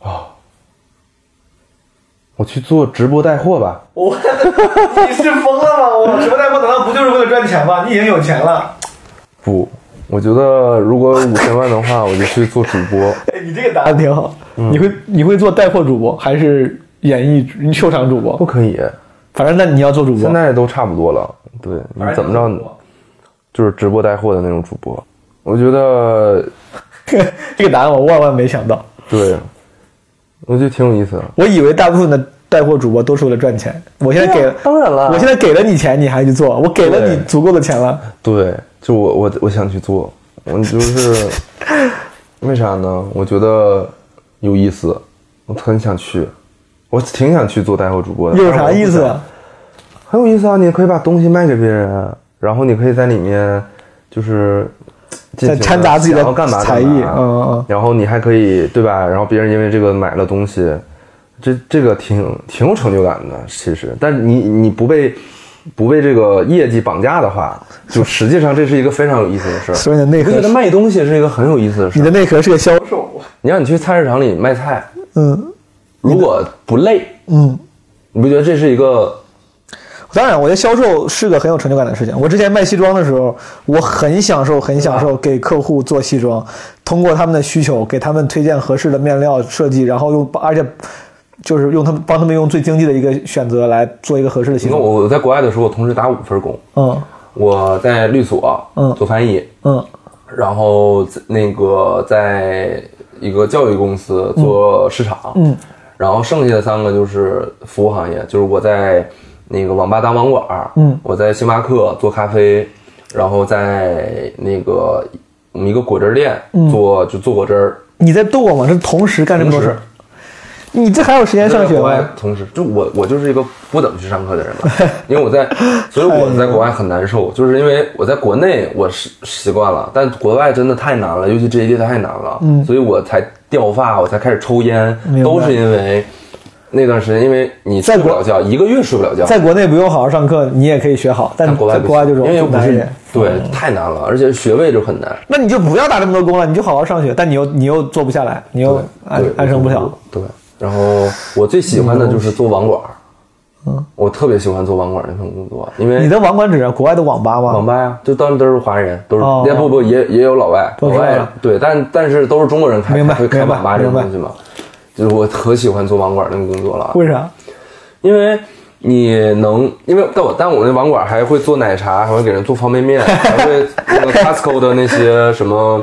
S3: 啊，我去做直播带货吧。
S2: 我你是疯了吗？我什么带货难道不就是为了赚钱吗？你已经有钱了，
S3: 不，我觉得如果五千万的话，我就去做主播。
S2: 哎，你这个答案挺好。你会你会做带货主播还是演艺你秀场主
S3: 不
S2: 播？
S3: 可以，
S2: 反正那你要做主播，
S3: 现在都差不多了。对，你怎么着，就是直播带货的那种主播。我觉得，
S2: 这个答案我万万没想到。
S3: 对，我觉得挺有意思的。
S2: 我以为大部分的带货主播都是为了赚钱。我现在给了，
S3: 当然了
S2: 我现在给了你钱，你还去做？我给了你
S3: 对
S2: 足够的钱了，
S3: 对，就我我我想去做，我就是 为啥呢？我觉得有意思，我很想去，我挺想去做带货主播的。
S2: 有
S3: 但是
S2: 啥
S3: 我不
S2: 意思
S3: 想
S2: 啊？
S3: 很有意思啊！你可以把东西卖给别人，然后你可以在里面就是进行
S2: 再掺杂自己的
S3: 想要干嘛
S2: 才艺
S3: 干嘛
S2: 嗯嗯嗯
S3: 然后你还可以对吧？然后别人因为这个买了东西，这这个挺挺有成就感的，其实。但是你你不被不被这个业绩绑架的话，就实际上这是一个非常有意思的事儿。
S2: 所以你的内
S3: 我觉
S2: 核
S3: 得
S2: 是，
S3: 卖东西是一个很有意思的事
S2: 你
S3: 儿
S2: 的。内核是个销售。
S3: 你让你去菜市场里卖菜，
S2: 嗯
S3: 如果不累，
S2: 嗯，
S3: 你不觉得这是一个
S2: 当然，我觉得销售是个很有成就感的事情。我之前卖西装的时候，我很享受，很享受给客户做西装，通过他们的需求给他们推荐合适的面料设计，然后用，而且就是用他们帮他们用最经济的一个选择来做一个合适的西
S3: 因为
S2: 装。
S3: 我我在国外的时候，我同时打五份工，
S2: 嗯
S3: 我在律所
S2: 嗯
S3: 做翻译，
S2: 嗯
S3: 然后在那个在一个教育公司做市场，
S2: 嗯，
S3: 然后剩下的三个就是服务行业，就是我在那个网吧当网管，
S2: 嗯
S3: 我在星巴克做咖啡，然后在那个我们一个果汁店做、就做果汁儿，
S2: 你在逗我吗？是同时嗯干这么多事儿？你这还有时间上学
S3: 国外
S2: 吗？
S3: 同时，就我我就是一个不怎么去上课的人嘛， 因为我在，所以我在国外很难受，就是因为我在国内我是习惯了，但国外真的太难了，尤其这一届太难了，
S2: 嗯
S3: 所以我才掉发，我才开始抽烟
S2: 明白，
S3: 都是因为那段时间，因为你
S2: 在
S3: 睡
S2: 国
S3: 不了觉，一个月睡不了觉，
S2: 在国内不用好好上课，你也可以学好，但
S3: 但国外
S2: 在
S3: 不
S2: 国外就
S3: 行
S2: 容
S3: 因为
S2: 易
S3: 又不
S2: 难一
S3: 是
S2: 点。嗯
S3: 对太难了，而且学位就很难，
S2: 那你就不要打这么多工了，你就好好上学，但你又你又做不下来，你又安
S3: 对
S2: 安生不了。，
S3: 对。然后我最喜欢的就是做网管，嗯，我特别喜欢做网管那份工作，因为
S2: 你的网管指着国外的网吧吗？
S3: 网吧呀，就当然都是华人，都是
S2: 哦
S3: 也不不也也有老外，
S2: 都
S3: 老
S2: 是
S3: 外
S2: 外
S3: 对，但但是都是中国人开
S2: 明白
S3: 会开
S2: 明白
S3: 网吧这种
S2: 明白嗯
S3: 东西嘛，就是我可喜欢做网管那个工作了，
S2: 为啥？
S3: 因为你能，因为但我但我那网管还会做奶茶，还会给人做方便 面，还会那个 Costco 的那些什么。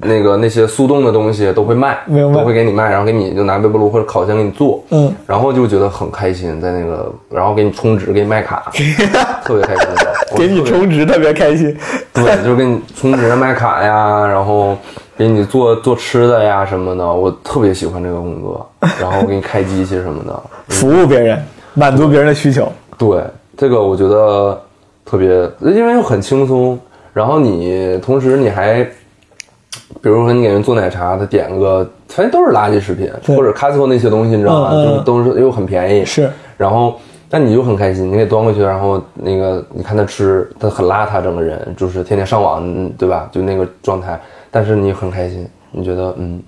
S3: 那个那些速冻的东西都会卖，
S2: 明白
S3: 都会给你卖，然后给你就拿微波炉或者烤箱给你做，
S2: 嗯，
S3: 然后就觉得很开心，在那个，然后给你充值，给你卖 卡，特别开心，我
S2: 给你
S3: 特别
S2: 充值特别开心。
S3: 对，就是给你充值卖卡呀，然后给你做做吃的呀什么的，我特别喜欢这个工作，然后给你开机器什么的。
S2: 服务别人，满足别人的需求。
S3: 对，这个我觉得特别，因为又很轻松，然后你同时你还，比如说你给人做奶茶，他点个，反正都是垃圾食品
S2: 对
S3: 或者 Costco 那些东西，你知道吧？
S2: 嗯嗯
S3: 就是
S2: 嗯
S3: 都是又很便宜，
S2: 是，
S3: 然后。那你就很开心，你给端过去，然后那个你看他吃，他很邋遢，整个人就是天天上网，嗯对吧？就那个状态，但是你很开心，你觉得嗯，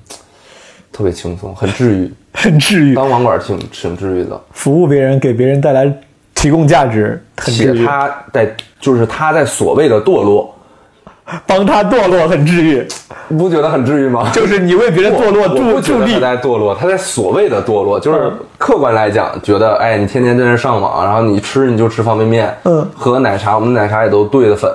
S3: 特别轻 松，很治愈。
S2: 很治愈。
S3: 当网管挺挺治愈的，
S2: 服务别人，给别人带来提供价值，很
S3: 且
S2: 治愈。
S3: 他在就是他在所谓的堕落，
S2: 帮他堕落，很治愈。
S3: 你不觉得很治愈吗？
S2: 就是你为别人堕落
S3: 我我
S2: 助
S3: 不觉
S2: 助
S3: 得他
S2: 力。
S3: 在堕落，他在所谓的堕落，就是
S2: 嗯
S3: 客观来讲，觉得哎，你天天在那上网，然后你吃你就吃方便面，
S2: 嗯
S3: 喝奶茶，我们奶茶也都兑的粉，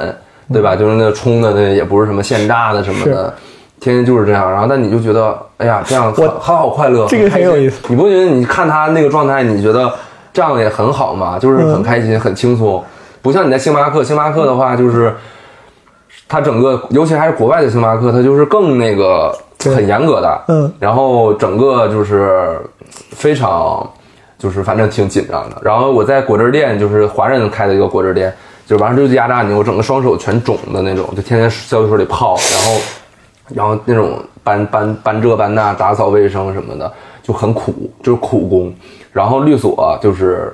S3: 对吧？就是那冲的那也不是什么现榨的什么的。天天就是这样，然后但你就觉得，哎呀，这样很
S2: 我
S3: 好好快乐，
S2: 这个
S3: 开心
S2: 很有意思。
S3: 你不觉得你看他那个状态，你觉得这样也很好吗？就是
S2: 嗯
S3: 很开心，很轻松，不像你在星巴克，星巴克的话就是，它整个，尤其还是国外的星巴克，它就是更那个很严格的，
S2: 嗯
S3: 然后整个就是非常，就是反正挺紧张的。然后我在果汁店，就是华人开的一个果汁店，就完事就压榨你，我整个双手全肿的那种，就天天消毒水里泡，然后，然后那种搬搬搬这搬那，打扫卫生什么的，就很苦，就是苦工。然后律所就是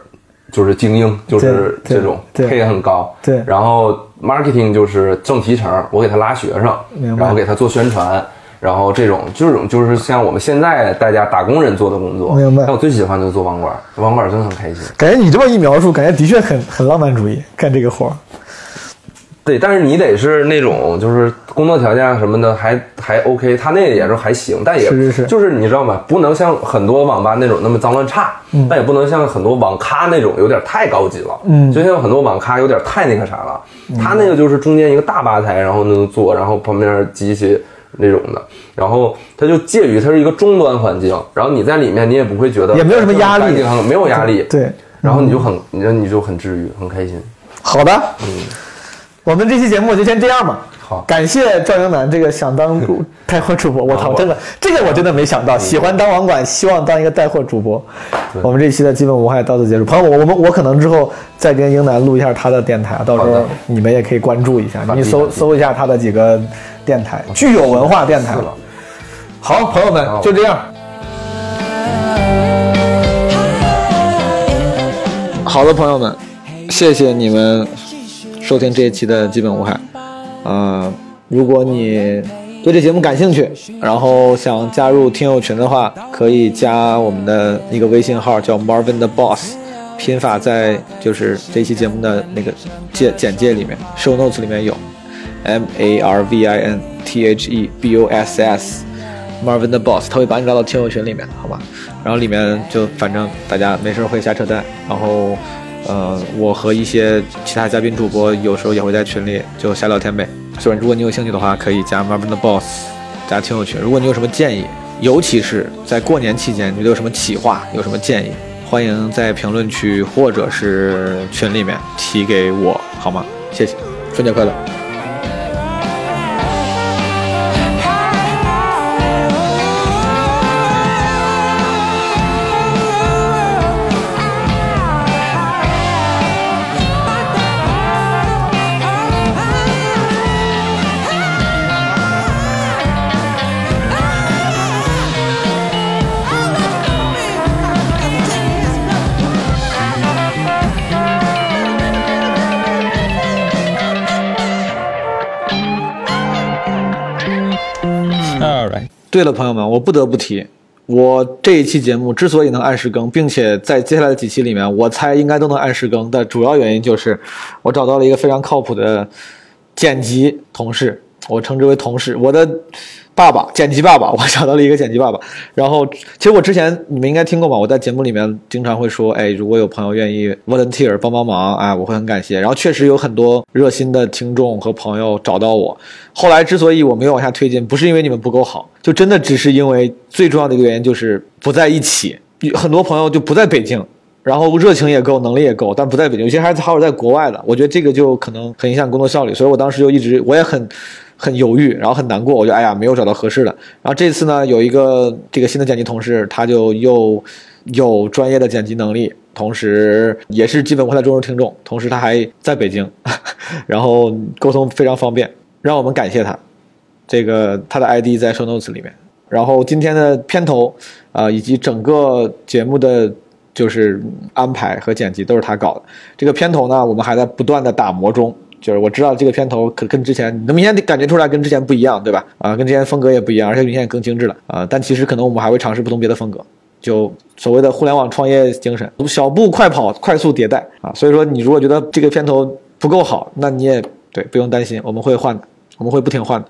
S3: 就是精英，就是
S2: 对对
S3: 这种
S2: 对
S3: 配也很高，
S2: 对
S3: 然后 marketing 就是挣提成，我给他拉学生
S2: 明，白
S3: 然后给他做宣传，然后这种这种就是像我们现在大家打工人做的工作。
S2: 明白
S3: 但我最喜欢就是做网管，网管真的很开心。
S2: 感觉你这么一描述，感觉的确很很浪漫主义，干这个活儿。
S3: 对，但是你得是那种就是工作条件什么的还还 OK，他那也是还行，但也
S2: 是是是
S3: 就是你知道吗？不能像很多网吧那种那么脏乱差，但也不能像很多网咖那种有点太高级了。
S2: 嗯
S3: 就像很多网咖有点太那个啥了，他那个就是中间一个大吧台，然后能坐，然后旁边机器那种的，然后它就介于它是一个终端环境，然后你在里面你也不会觉得
S2: 也没有什么压力
S3: 哎这种干净没有压力，
S2: 对，嗯
S3: 然后你就很你就你就很治愈，很开心。
S2: 好的，我们这期节目就先这样吧。
S3: 嗯好
S2: 感谢赵英男这个想当 带货主播，我操，
S3: 网管
S2: 真的这个我真的没想到，
S3: 嗯
S2: 喜欢当网管，希望当一个带货主播。我们这期的基本无害到此结束，朋友们，我们我可能之后再跟英男录一下他的电台，到时
S3: 好
S2: 候
S3: 的
S2: 你们也可以关注一下，
S3: 反
S2: 你
S3: 例
S2: 搜
S3: 反例
S2: 搜一下他的几个电台，具有文化电台
S3: 是了。
S2: 好，朋友们
S3: 好
S2: 就这样。
S5: 好的，朋友们，谢谢你们收听这一期的《基本无害》。呃，如果你对这节目感兴趣，然后想加入听友群的话，可以加我们的一个微信号叫 Marvin 的 Boss，拼法在就是这期节目的那个介简介里面，show notes 里面有 M A R V I N T H E B O S S。Marvin 的 boss，他会把你拉到听友群里面，好吧？然后里面就反正大家没事儿会瞎扯淡，然后呃，我和一些其他嘉宾主播有时候也会在群里就瞎聊天呗。所以如果你有兴趣的话，可以加 Marvin 的 boss 加听友群。如果你有什么建议，尤其是在过年期间，你觉得有什么企划，有什么建议，欢迎在评论区或者是群里面提给我，好吗？谢谢，春节快乐。对了，朋友们，我不得不提，我这一期节目之所以能按时更，并且在接下来的几期里面，我猜应该都能按时更的主要原因就是，我找到了一个非常靠谱的剪辑同事，我称之为同事，我的爸爸，剪辑爸爸，我找到了一个剪辑爸爸。然后，其实我之前你们应该听过吧，我在节目里面经常会说，哎，如果有朋友愿意 volunteer 帮帮忙啊，我会很感谢。然后确实有很多热心的听众和朋友找到我。后来之所以我没有往下推进，不是因为你们不够好，就真的只是因为最重要的一个原因就是不在一起，有很多朋友就不在北京。然后热情也够，能力也够，但不在北京，有些还是还有在国外的。我觉得这个就可能很影响工作效率，所以我当时就一直我也很 很犹豫，然后很难过，我就哎呀没有找到合适的。然后这次呢，有一个这个新的剪辑同事，他就又有专业的剪辑能力，同时也是基本无害的忠实听众，同时他还在北京， 然后沟通非常方便，让我们感谢他。这个他的 ID 在 show notes 里面。然后今天的片头，呃，以及整个节目的就是安排和剪辑都是他搞的。这个片头呢，我们还在不断的打磨中。就是我知道这个片头可跟之前，你能明显地感觉出来跟之前不一样，对吧？啊、跟之前风格也不一样，而且明显更精致了啊、但其实可能我们还会尝试不同别的风格，就所谓的互联网创业精神，小步快跑，快速迭代啊。所以说，你如果觉得这个片头不够好，那你也对不用担心，我们会换的，我们会不停换的。